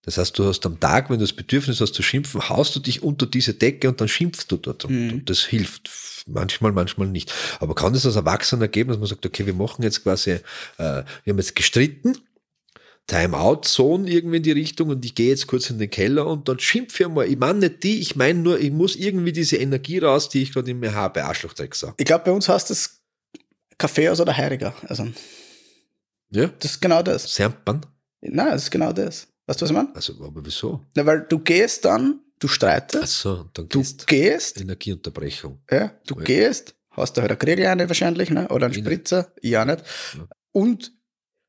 [SPEAKER 2] Das heißt, du hast am Tag, wenn du das Bedürfnis hast zu schimpfen, haust du dich unter diese Decke und dann schimpfst du dort. Und
[SPEAKER 1] Mhm.
[SPEAKER 2] und das hilft. Manchmal, manchmal nicht. Aber kann es als Erwachsener geben, dass man sagt, okay, wir machen jetzt quasi, äh, wir haben jetzt gestritten, Time-out-Zone irgendwie in die Richtung und ich gehe jetzt kurz in den Keller und dann schimpf ich mal. Ich meine nicht die, ich meine nur, ich muss irgendwie diese Energie raus, die ich gerade in mir habe, Arschlochdrecksack.
[SPEAKER 1] Ich glaube, bei uns heißt es Kaffeehaus oder Heiriger. Also,
[SPEAKER 2] Ja?
[SPEAKER 1] das ist genau das.
[SPEAKER 2] Serpan?
[SPEAKER 1] Nein, das ist genau das. Weißt du, was ich meine?
[SPEAKER 2] Also, aber wieso?
[SPEAKER 1] Na, weil du gehst dann, du streitest,
[SPEAKER 2] Achso, und dann
[SPEAKER 1] du
[SPEAKER 2] Also, gehst
[SPEAKER 1] gehst,
[SPEAKER 2] Energieunterbrechung.
[SPEAKER 1] ja, du
[SPEAKER 2] Ja.
[SPEAKER 1] gehst, hast da halt eine Kriegel eine wahrscheinlich, ne? oder einen
[SPEAKER 2] Ich nicht.
[SPEAKER 1] Spritzer, ja nicht.
[SPEAKER 2] Ja.
[SPEAKER 1] Und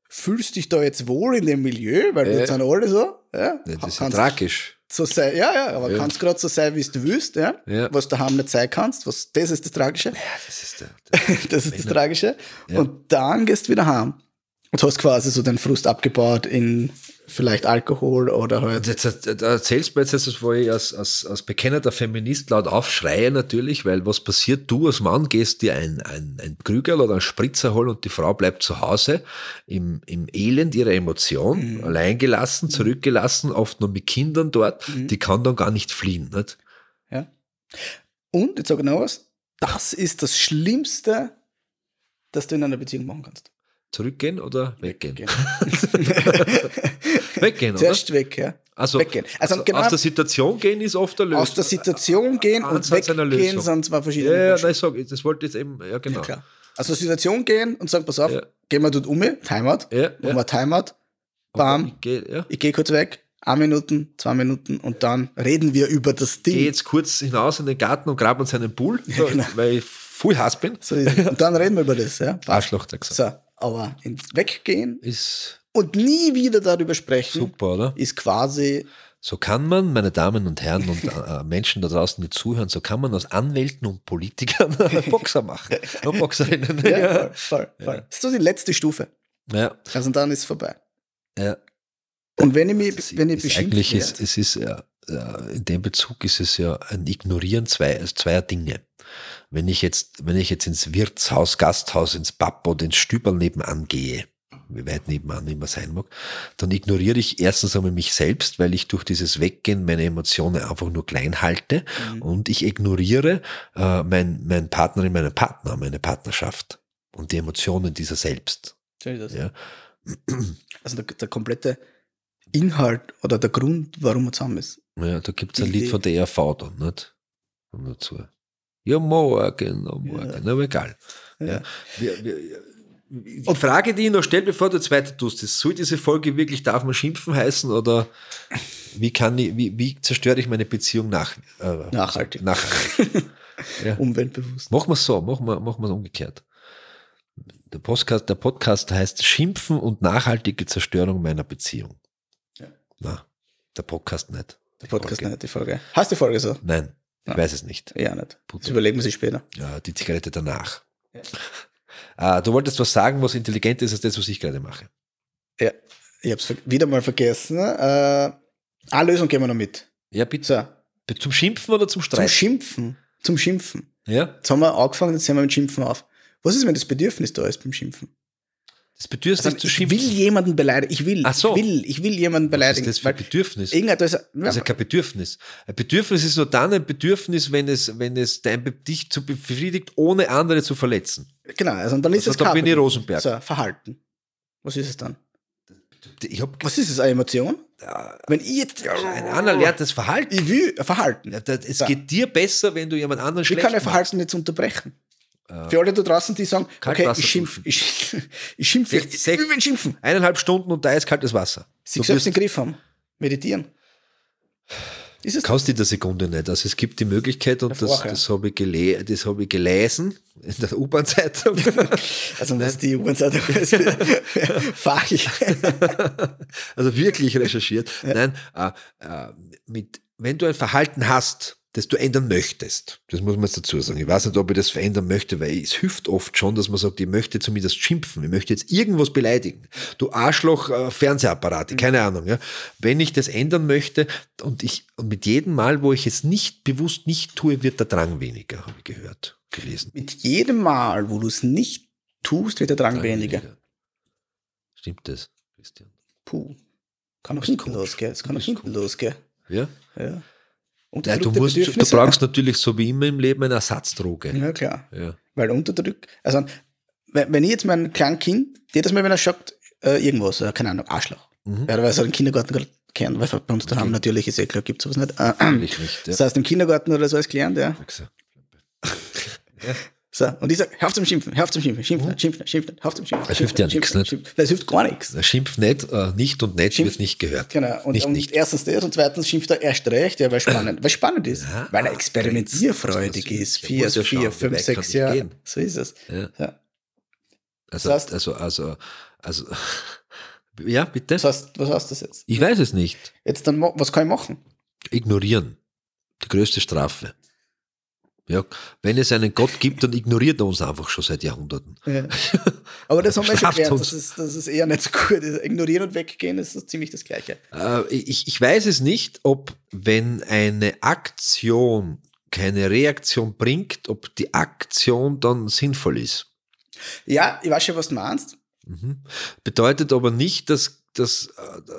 [SPEAKER 1] fühlst dich da jetzt wohl in dem Milieu, weil
[SPEAKER 2] Ja.
[SPEAKER 1] wir jetzt sind alle so, ja,
[SPEAKER 2] Ja, Das ist ja
[SPEAKER 1] kannst
[SPEAKER 2] tragisch.
[SPEAKER 1] so sein, ja, ja, aber
[SPEAKER 2] Ja.
[SPEAKER 1] kannst gerade so sein, wie du willst, ja?
[SPEAKER 2] Ja.
[SPEAKER 1] was du daheim nicht sein kannst, was, das ist das Tragische,
[SPEAKER 2] Ja, das ist der, der
[SPEAKER 1] das ist das
[SPEAKER 2] Männer.
[SPEAKER 1] Tragische,
[SPEAKER 2] Ja.
[SPEAKER 1] und dann gehst du wieder heim und hast quasi so den Frust abgebaut in vielleicht Alkohol oder halt.
[SPEAKER 2] Also Jetzt jetzt erzählst du mir jetzt etwas, wo ich als, als, als bekennender Feminist laut aufschreie natürlich, weil was passiert? Du als Mann gehst dir ein, ein, ein Krügerl oder ein Spritzer holen und die Frau bleibt zu Hause im, im Elend ihrer Emotion,
[SPEAKER 1] Mhm.
[SPEAKER 2] alleingelassen, zurückgelassen, oft noch mit Kindern dort.
[SPEAKER 1] Mhm.
[SPEAKER 2] Die kann dann gar nicht fliehen. Nicht?
[SPEAKER 1] Und, jetzt sag ich noch was, das ist das Schlimmste, das du in einer Beziehung machen kannst.
[SPEAKER 2] Zurückgehen oder weggehen?
[SPEAKER 1] Gehen.
[SPEAKER 2] Weggehen, oder?
[SPEAKER 1] Zuerst weg, ja.
[SPEAKER 2] Also,
[SPEAKER 1] weggehen. Also
[SPEAKER 2] also
[SPEAKER 1] genau-
[SPEAKER 2] aus der Situation gehen ist oft der Lösung.
[SPEAKER 1] Aus der Situation gehen und
[SPEAKER 2] Ansatz einer
[SPEAKER 1] weggehen
[SPEAKER 2] Lösung.
[SPEAKER 1] sind zwei
[SPEAKER 2] Ja,
[SPEAKER 1] verschiedene
[SPEAKER 2] ja,
[SPEAKER 1] Menschen.
[SPEAKER 2] nein, ich sag, das wollte ich jetzt eben, ja genau.
[SPEAKER 1] Ja, klar. Aus der Situation gehen und sagen, pass auf,
[SPEAKER 2] Ja.
[SPEAKER 1] gehen wir dort um, Timeout,
[SPEAKER 2] Ja,
[SPEAKER 1] machen
[SPEAKER 2] ja.
[SPEAKER 1] wir Timeout, bam,
[SPEAKER 2] Ich geh, ja.
[SPEAKER 1] ich gehe kurz weg, eine Minuten, zwei Minuten und dann reden wir über das Ding.
[SPEAKER 2] Geh jetzt kurz hinaus in den Garten und grab uns einen Pool, so,
[SPEAKER 1] genau.
[SPEAKER 2] weil ich voll heiß bin.
[SPEAKER 1] So ist es. und dann reden wir über das, ja.
[SPEAKER 2] Arschloch, der gesagt.
[SPEAKER 1] So, aber ins Weggehen
[SPEAKER 2] Ist
[SPEAKER 1] und nie wieder darüber sprechen
[SPEAKER 2] super, oder?
[SPEAKER 1] ist quasi
[SPEAKER 2] So kann man, meine Damen und Herren und äh, Menschen da draußen, die zuhören, so kann man aus Anwälten und Politikern Boxer machen. Und Boxerinnen.
[SPEAKER 1] Ja,
[SPEAKER 2] Ja.
[SPEAKER 1] voll, voll, voll.
[SPEAKER 2] Ja.
[SPEAKER 1] Das ist so die letzte Stufe.
[SPEAKER 2] Ja.
[SPEAKER 1] Also dann ist es vorbei.
[SPEAKER 2] Ja.
[SPEAKER 1] Und wenn ich mich,
[SPEAKER 2] Das
[SPEAKER 1] wenn ich
[SPEAKER 2] ist
[SPEAKER 1] beschimpft
[SPEAKER 2] eigentlich ist,
[SPEAKER 1] werde,
[SPEAKER 2] es ist ja, äh, in dem Bezug ist es ja ein Ignorieren zwei, zweier Dinge. Wenn ich jetzt, wenn ich jetzt ins Wirtshaus, Gasthaus, ins Pub oder ins Stüberl nebenan gehe, wie weit nebenan immer sein mag, dann ignoriere ich erstens einmal mich selbst, weil ich durch dieses Weggehen meine Emotionen einfach nur klein halte
[SPEAKER 1] Mhm.
[SPEAKER 2] und ich ignoriere äh, mein, mein Partnerin, meinen Partner, meine Partnerschaft und die Emotionen dieser selbst.
[SPEAKER 1] So ist es.
[SPEAKER 2] Ja.
[SPEAKER 1] also der, der komplette Inhalt oder der Grund, warum man zusammen ist.
[SPEAKER 2] Ja, da gibt es ein
[SPEAKER 1] Idee.
[SPEAKER 2] Lied von der ERV dann, nicht? Und dazu. Ja, morgen, oh, morgen, aber egal. Ja.
[SPEAKER 1] Ja.
[SPEAKER 2] Wir, wir, die Frage, die ich noch stelle, bevor du jetzt weiter tust, ist, soll diese Folge wirklich Darf man schimpfen heißen oder wie kann ich, wie, wie zerstöre ich meine Beziehung nach, äh,
[SPEAKER 1] Nachhaltig.
[SPEAKER 2] nachhaltig?
[SPEAKER 1] Umweltbewusst.
[SPEAKER 2] machen wir es so, machen wir es umgekehrt. Der Podcast, der Podcast heißt Schimpfen und nachhaltige Zerstörung meiner Beziehung.
[SPEAKER 1] Ja.
[SPEAKER 2] Na, der Podcast nicht.
[SPEAKER 1] Der Podcast
[SPEAKER 2] Folge.
[SPEAKER 1] nicht, die Folge. Heißt die Folge so?
[SPEAKER 2] Nein, ich
[SPEAKER 1] Ja.
[SPEAKER 2] weiß es nicht.
[SPEAKER 1] Ja, nicht. Das
[SPEAKER 2] Putin.
[SPEAKER 1] überlegen wir sich später.
[SPEAKER 2] Ja, die Zigarette danach. Ah, du wolltest was sagen, was intelligenter ist als das, was ich gerade mache.
[SPEAKER 1] Ja, ich hab's ver- wieder mal vergessen. Äh, eine Lösung gehen wir noch mit.
[SPEAKER 2] Ja, bitte.
[SPEAKER 1] So,
[SPEAKER 2] Zum Schimpfen oder zum
[SPEAKER 1] zum
[SPEAKER 2] Streiten?
[SPEAKER 1] Schimpfen. Zum Schimpfen.
[SPEAKER 2] ja.
[SPEAKER 1] Jetzt haben wir angefangen, jetzt sehen wir mit Schimpfen auf. Was ist, wenn das Bedürfnis da ist beim Schimpfen?
[SPEAKER 2] Das Bedürfnis
[SPEAKER 1] Also,
[SPEAKER 2] zu
[SPEAKER 1] ich
[SPEAKER 2] schimpfen.
[SPEAKER 1] will jemanden beleidigen. Ich will,
[SPEAKER 2] Ach so.
[SPEAKER 1] ich will, ich will jemanden
[SPEAKER 2] was
[SPEAKER 1] beleidigen.
[SPEAKER 2] ist das Also für
[SPEAKER 1] weil
[SPEAKER 2] ein Bedürfnis?
[SPEAKER 1] irgendwer da ist, ja,
[SPEAKER 2] Das ist ja kein Bedürfnis. Ein Bedürfnis ist nur dann ein Bedürfnis, wenn es, wenn es dein, Be- dich zu befriedigt, ohne andere zu verletzen.
[SPEAKER 1] genau, also und dann ist
[SPEAKER 2] Also
[SPEAKER 1] es
[SPEAKER 2] da
[SPEAKER 1] kein
[SPEAKER 2] bin ich
[SPEAKER 1] Bedürfnis.
[SPEAKER 2] Rosenberg.
[SPEAKER 1] So, Verhalten. Was ist es dann?
[SPEAKER 2] Ich habe
[SPEAKER 1] Was ist es, eine Emotion? Wenn ich jetzt,
[SPEAKER 2] ein anerlerntes Verhalten.
[SPEAKER 1] ich will ein Verhalten.
[SPEAKER 2] Ja, das- Es
[SPEAKER 1] Ja.
[SPEAKER 2] geht dir besser, wenn du jemand anderen
[SPEAKER 1] Ich
[SPEAKER 2] schlecht
[SPEAKER 1] kann ein
[SPEAKER 2] machst.
[SPEAKER 1] Verhalten jetzt unterbrechen. Für alle da draußen, die sagen, okay,
[SPEAKER 2] Kaltwasser
[SPEAKER 1] ich schimpf,
[SPEAKER 2] duschen.
[SPEAKER 1] ich, sch- ich schimpfe,
[SPEAKER 2] Sech-
[SPEAKER 1] jetzt. ich
[SPEAKER 2] sech-
[SPEAKER 1] will wen schimpfen.
[SPEAKER 2] Eineinhalb Stunden und eiskaltes Wasser.
[SPEAKER 1] Sich
[SPEAKER 2] Du
[SPEAKER 1] selbst
[SPEAKER 2] wirst-
[SPEAKER 1] in den Griff haben. Meditieren. Ist es
[SPEAKER 2] kannst du in der Sekunde nicht. Also es gibt die Möglichkeit, und das,
[SPEAKER 1] Davor, ja.
[SPEAKER 2] das habe ich, gele das habe ich gelesen in der U-Bahn-Zeitung.
[SPEAKER 1] Also was die Jugendzeitung ist, fachlich.
[SPEAKER 2] also wirklich recherchiert. Nein, äh, äh, mit, wenn du ein Verhalten hast, das du ändern möchtest, das muss man jetzt dazu sagen. Ich weiß nicht, ob ich das verändern möchte, weil es hilft oft schon, dass man sagt, ich möchte zumindest schimpfen, ich möchte jetzt irgendwas beleidigen. Du Arschloch, äh,
[SPEAKER 1] Mhm.
[SPEAKER 2] Fernsehapparate, keine Ahnung. Ja. Wenn ich das ändern möchte und ich und mit jedem Mal, wo ich es nicht bewusst nicht tue, wird der Drang weniger, habe ich gehört, gelesen.
[SPEAKER 1] Mit jedem Mal, wo du es nicht tust, wird der Drang, weniger.
[SPEAKER 2] Stimmt das, Christian?
[SPEAKER 1] Puh. Kann auch
[SPEAKER 2] bist
[SPEAKER 1] hinten
[SPEAKER 2] Coach.
[SPEAKER 1] losgehen. Es kann auch
[SPEAKER 2] Du bist
[SPEAKER 1] hinten
[SPEAKER 2] Coach.
[SPEAKER 1] losgehen.
[SPEAKER 2] Ja.
[SPEAKER 1] Ja.
[SPEAKER 2] Nein, du,
[SPEAKER 1] Unterdrückte
[SPEAKER 2] musst, du
[SPEAKER 1] Bedürfnisse.
[SPEAKER 2] brauchst natürlich so wie immer im Leben eine Ersatzdroge.
[SPEAKER 1] Ja, klar.
[SPEAKER 2] Ja.
[SPEAKER 1] Weil unterdrückt. Also, wenn, wenn ich jetzt mein kleines Kind, jedes Mal, wenn er schockt, äh, irgendwas, äh, keine Ahnung, Arschloch.
[SPEAKER 2] Mhm.
[SPEAKER 1] Ja, weil es halt im Kindergarten gerade kennt, weil bei uns daheim natürlich ist eh klar, gibt es sowas nicht. Äh,
[SPEAKER 2] Natürlich nicht. Ja.
[SPEAKER 1] das heißt, im Kindergarten oder so alles gelernt, ja. So, und ich sage, hör auf zum Schimpfen, hör auf zum Schimpfen, schimpfen, nicht, schimpfen, nicht, schimpfen, nicht, hör auf zum Schimpfen.
[SPEAKER 2] Das
[SPEAKER 1] schimpfen,
[SPEAKER 2] hilft ja
[SPEAKER 1] schimpfen,
[SPEAKER 2] nix, nicht?
[SPEAKER 1] schimpfen. Das hilft gar nichts.
[SPEAKER 2] Der Schimpf nicht, äh, nicht und nett
[SPEAKER 1] Schimpf-
[SPEAKER 2] wird nicht gehört.
[SPEAKER 1] Genau. Und,
[SPEAKER 2] Nicht,
[SPEAKER 1] und
[SPEAKER 2] nicht.
[SPEAKER 1] erstens das und zweitens schimpft er erst recht, ja, weil spannend, weil spannend ist.
[SPEAKER 2] Ja,
[SPEAKER 1] weil er experimentierfreudig
[SPEAKER 2] das ist-
[SPEAKER 1] ist.
[SPEAKER 2] das
[SPEAKER 1] Vier,
[SPEAKER 2] muss ja schauen,
[SPEAKER 1] vier,
[SPEAKER 2] wie
[SPEAKER 1] fünf,
[SPEAKER 2] weit kann
[SPEAKER 1] sechs
[SPEAKER 2] ich
[SPEAKER 1] Jahre.
[SPEAKER 2] gehen.
[SPEAKER 1] So ist es.
[SPEAKER 2] Ja.
[SPEAKER 1] Ja.
[SPEAKER 2] Also,
[SPEAKER 1] Das heißt-
[SPEAKER 2] also, also, also, ja, bitte.
[SPEAKER 1] Was heißt, was heißt das jetzt?
[SPEAKER 2] Ich weiß es nicht.
[SPEAKER 1] Jetzt dann, mo- was kann ich machen?
[SPEAKER 2] Ignorieren. Die größte Strafe. Ja, wenn es einen Gott gibt, dann ignoriert er uns einfach schon seit Jahrhunderten.
[SPEAKER 1] Ja. Aber das haben wir schon
[SPEAKER 2] Straft
[SPEAKER 1] gelernt,
[SPEAKER 2] uns.
[SPEAKER 1] das ist, das ist eher nicht so gut. ist. Ignorieren und weggehen ist so ziemlich das Gleiche.
[SPEAKER 2] Äh, ich, ich weiß es nicht, ob wenn eine Aktion keine Reaktion bringt, ob die Aktion dann sinnvoll ist.
[SPEAKER 1] Ja, ich weiß schon, was du meinst.
[SPEAKER 2] Mhm. Bedeutet aber nicht, dass das,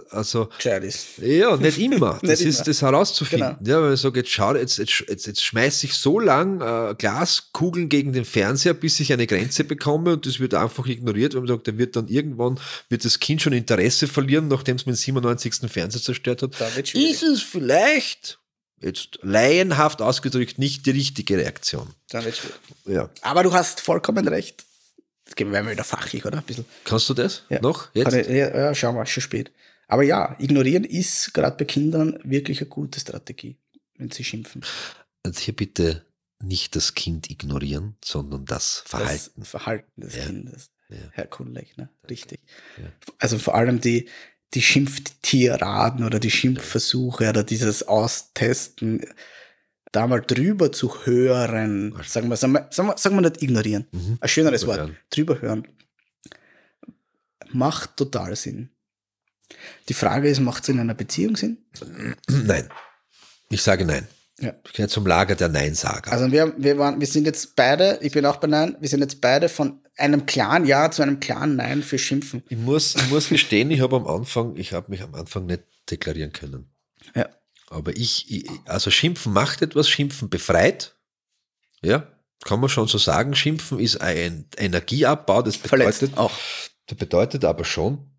[SPEAKER 2] also
[SPEAKER 1] Gescheit ist.
[SPEAKER 2] Ja, nicht immer.
[SPEAKER 1] Nicht
[SPEAKER 2] Das ist
[SPEAKER 1] immer. Genau.
[SPEAKER 2] das herauszufinden. Ja, wenn ich sage, jetzt schau, jetzt, jetzt, jetzt, jetzt schmeiß ich so lang äh, Glaskugeln gegen den Fernseher, bis ich eine Grenze bekomme und das wird einfach ignoriert, weil man sagt, der wird dann irgendwann, wird das Kind schon Interesse verlieren, nachdem es mit dem 97. Fernseher zerstört hat.
[SPEAKER 1] Da wird schwierig.
[SPEAKER 2] Ist es vielleicht, jetzt laienhaft ausgedrückt, nicht die richtige Reaktion.
[SPEAKER 1] Da wird schwierig.
[SPEAKER 2] Ja.
[SPEAKER 1] Aber du hast vollkommen recht. Jetzt gehen wir mal wieder fachig, oder? Ein bisschen.
[SPEAKER 2] Kannst du das
[SPEAKER 1] Ja.
[SPEAKER 2] noch?
[SPEAKER 1] Kann
[SPEAKER 2] Jetzt?
[SPEAKER 1] ich- Ja, ja, schauen wir, schon spät. Aber ja, ignorieren ist gerade bei Kindern wirklich eine gute Strategie, wenn sie schimpfen.
[SPEAKER 2] Und Also hier bitte nicht das Kind ignorieren, sondern das Verhalten.
[SPEAKER 1] Das Verhalten des
[SPEAKER 2] Ja.
[SPEAKER 1] Kindes.
[SPEAKER 2] Ja.
[SPEAKER 1] Herr Kunlech, ne? Richtig.
[SPEAKER 2] Ja.
[SPEAKER 1] Also vor allem die, die Schimpftieraden oder die Schimpfversuche oder dieses Austesten, da mal drüber zu hören,
[SPEAKER 2] Was?
[SPEAKER 1] sagen wir, sagen wir, sagen wir, sagen wir nicht ignorieren.
[SPEAKER 2] Mhm.
[SPEAKER 1] Ein schöneres
[SPEAKER 2] Drüber
[SPEAKER 1] Wort.
[SPEAKER 2] hören.
[SPEAKER 1] Drüber hören. Macht total Sinn. Die Frage ist, macht es in einer Beziehung Sinn?
[SPEAKER 2] Nein. Ich sage nein.
[SPEAKER 1] Ja.
[SPEAKER 2] Ich gehe zum Lager der Neinsager.
[SPEAKER 1] Also wir, wir, waren, wir sind jetzt beide, ich bin auch bei Nein, wir sind jetzt beide von einem klaren Ja zu einem klaren Nein für Schimpfen.
[SPEAKER 2] ich, muss, ich muss gestehen, ich habe am Anfang, ich habe mich am Anfang nicht deklarieren können.
[SPEAKER 1] Ja.
[SPEAKER 2] Aber ich, ich, also Schimpfen macht etwas, Schimpfen befreit. Ja, kann man schon so sagen. Schimpfen ist ein Energieabbau, das
[SPEAKER 1] Verletzt
[SPEAKER 2] bedeutet,
[SPEAKER 1] auch.
[SPEAKER 2] das bedeutet aber schon,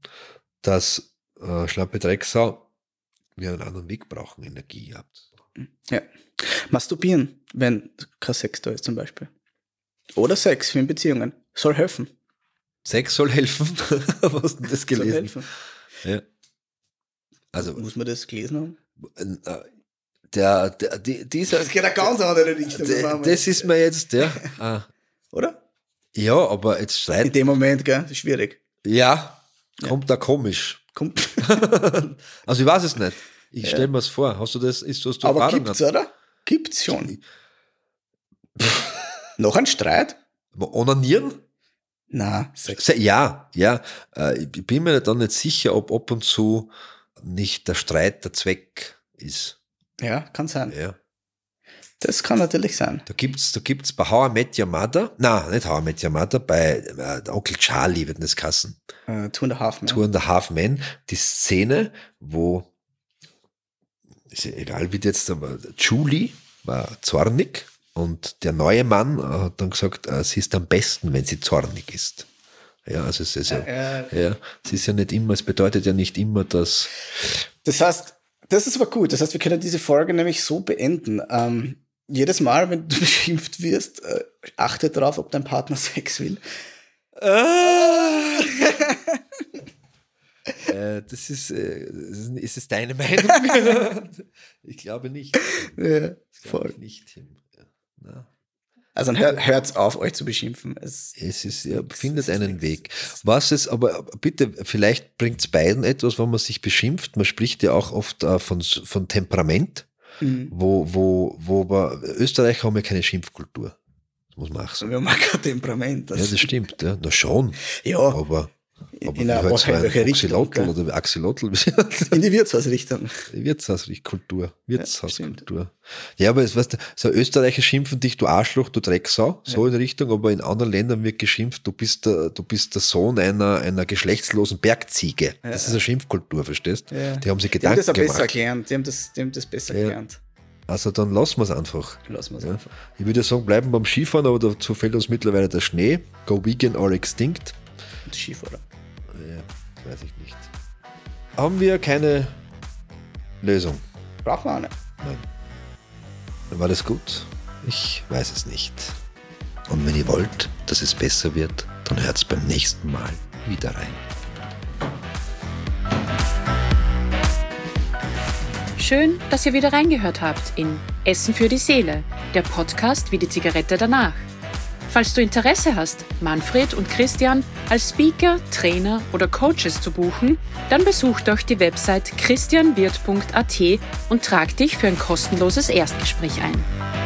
[SPEAKER 2] dass äh, Schlappe Drecksau wir einen anderen Weg brauchen, Energie habt.
[SPEAKER 1] Masturbieren, wenn kein Sex da ist zum Beispiel. Oder Sex für in Beziehungen. Soll helfen.
[SPEAKER 2] Sex soll helfen. Was hast du denn das
[SPEAKER 1] Soll
[SPEAKER 2] gelesen?
[SPEAKER 1] helfen.
[SPEAKER 2] Ja. Also,
[SPEAKER 1] Muss man das gelesen haben?
[SPEAKER 2] Äh, der, der, die- dieser,
[SPEAKER 1] Das geht ja ganz andere Richtung.
[SPEAKER 2] der, das ist mir jetzt, ja. Ah.
[SPEAKER 1] Oder?
[SPEAKER 2] Ja, aber jetzt
[SPEAKER 1] In
[SPEAKER 2] streiten.
[SPEAKER 1] dem Moment, gell? Das ist schwierig.
[SPEAKER 2] Ja, kommt da komisch.
[SPEAKER 1] Kommt.
[SPEAKER 2] Also ich weiß es nicht. Ich stell mir es vor. Hast du das, ist, hast du
[SPEAKER 1] Aber
[SPEAKER 2] Erfahrung
[SPEAKER 1] gibt's, oder? Gibt's schon. Noch ein Streit?
[SPEAKER 2] Onanieren?
[SPEAKER 1] Na, Sex.
[SPEAKER 2] Se- Ja, ja. Äh, Ich ich bin mir dann nicht sicher, ob ab und zu nicht der Streit der Zweck ist.
[SPEAKER 1] Ja, kann sein.
[SPEAKER 2] Ja.
[SPEAKER 1] Das kann natürlich sein.
[SPEAKER 2] Da gibt's, da gibt's bei How I Met Your Mother, nein, nicht How I Met Your Mother, bei äh, Onkel Charlie wird das kassen.
[SPEAKER 1] Äh, two and a half, man.
[SPEAKER 2] Two and a Half Men, die Szene, wo, ist ja egal wie die jetzt, aber Julie war zornig und der neue Mann hat dann gesagt, äh, sie ist am besten, wenn sie zornig ist. Ja, also es ist ja,
[SPEAKER 1] Äh,
[SPEAKER 2] ja, es ist ja nicht immer, es bedeutet ja nicht immer, dass,
[SPEAKER 1] Das heißt, das ist aber gut. Das heißt, wir können diese Folge nämlich so beenden. Ähm, jedes Mal, wenn du beschimpft wirst, äh, achte darauf, ob dein Partner Sex will.
[SPEAKER 2] Ah. äh, das ist, äh, ist es deine Meinung? ich glaube nicht.
[SPEAKER 1] Ja,
[SPEAKER 2] Ich glaube
[SPEAKER 1] voll.
[SPEAKER 2] nicht, Tim. Ja. Na.
[SPEAKER 1] Also hör, hört's auf, euch zu beschimpfen. Es,
[SPEAKER 2] Es ist, ja, findet
[SPEAKER 1] es ist
[SPEAKER 2] einen
[SPEAKER 1] nix.
[SPEAKER 2] Weg. Was es, aber bitte, vielleicht bringt es beiden etwas, wenn man sich beschimpft. Man spricht ja auch oft äh, von, S- von Temperament,
[SPEAKER 1] Mhm.
[SPEAKER 2] wo, wo, wo wir, Österreicher haben ja keine Schimpfkultur. Das muss man auch sagen.
[SPEAKER 1] wir haben auch kein Temperament.
[SPEAKER 2] Ja, das stimmt, ja. Na schon,
[SPEAKER 1] ja,
[SPEAKER 2] aber,
[SPEAKER 1] in- in
[SPEAKER 2] aber wie
[SPEAKER 1] einer
[SPEAKER 2] halt so ein
[SPEAKER 1] welche Richtung.
[SPEAKER 2] Oxylotl
[SPEAKER 1] gell?
[SPEAKER 2] oder wie Axolotl,
[SPEAKER 1] In die Wirtshausrichtung.
[SPEAKER 2] Wirtshauskultur, Wirtshauskultur. Ja, aber es, weißt du, so Österreicher schimpfen dich, du Arschloch, du Drecksau, so in Richtung, aber in anderen Ländern wird geschimpft, du bist der, du bist der Sohn einer, einer geschlechtslosen Bergziege. Das ist eine Schimpfkultur, verstehst?
[SPEAKER 1] Ja.
[SPEAKER 2] Die haben sich
[SPEAKER 1] Die haben
[SPEAKER 2] Gedanken
[SPEAKER 1] das auch besser
[SPEAKER 2] gemacht.
[SPEAKER 1] gelernt. Die haben das, die haben das besser
[SPEAKER 2] Ja.
[SPEAKER 1] gelernt.
[SPEAKER 2] Also dann lassen wir es einfach.
[SPEAKER 1] Lassen wir es
[SPEAKER 2] Ja.
[SPEAKER 1] einfach.
[SPEAKER 2] Ich würde sagen, bleiben beim Skifahren, aber dazu fällt uns mittlerweile der Schnee. Go vegan or extinct.
[SPEAKER 1] Und Skifahrer.
[SPEAKER 2] Ja, weiß ich nicht. Haben wir keine Lösung?
[SPEAKER 1] Braucht man auch nicht.
[SPEAKER 2] War das gut? Ich weiß es nicht. Und wenn ihr wollt, dass es besser wird, dann hört's beim nächsten Mal wieder rein.
[SPEAKER 3] Schön, dass ihr wieder reingehört habt in Essen für die Seele, der Podcast wie die Zigarette danach. Falls du Interesse hast, Manfred und Christian als Speaker, Trainer oder Coaches zu buchen, dann besuch doch die Website christianwirt.at und trag dich für ein kostenloses Erstgespräch ein.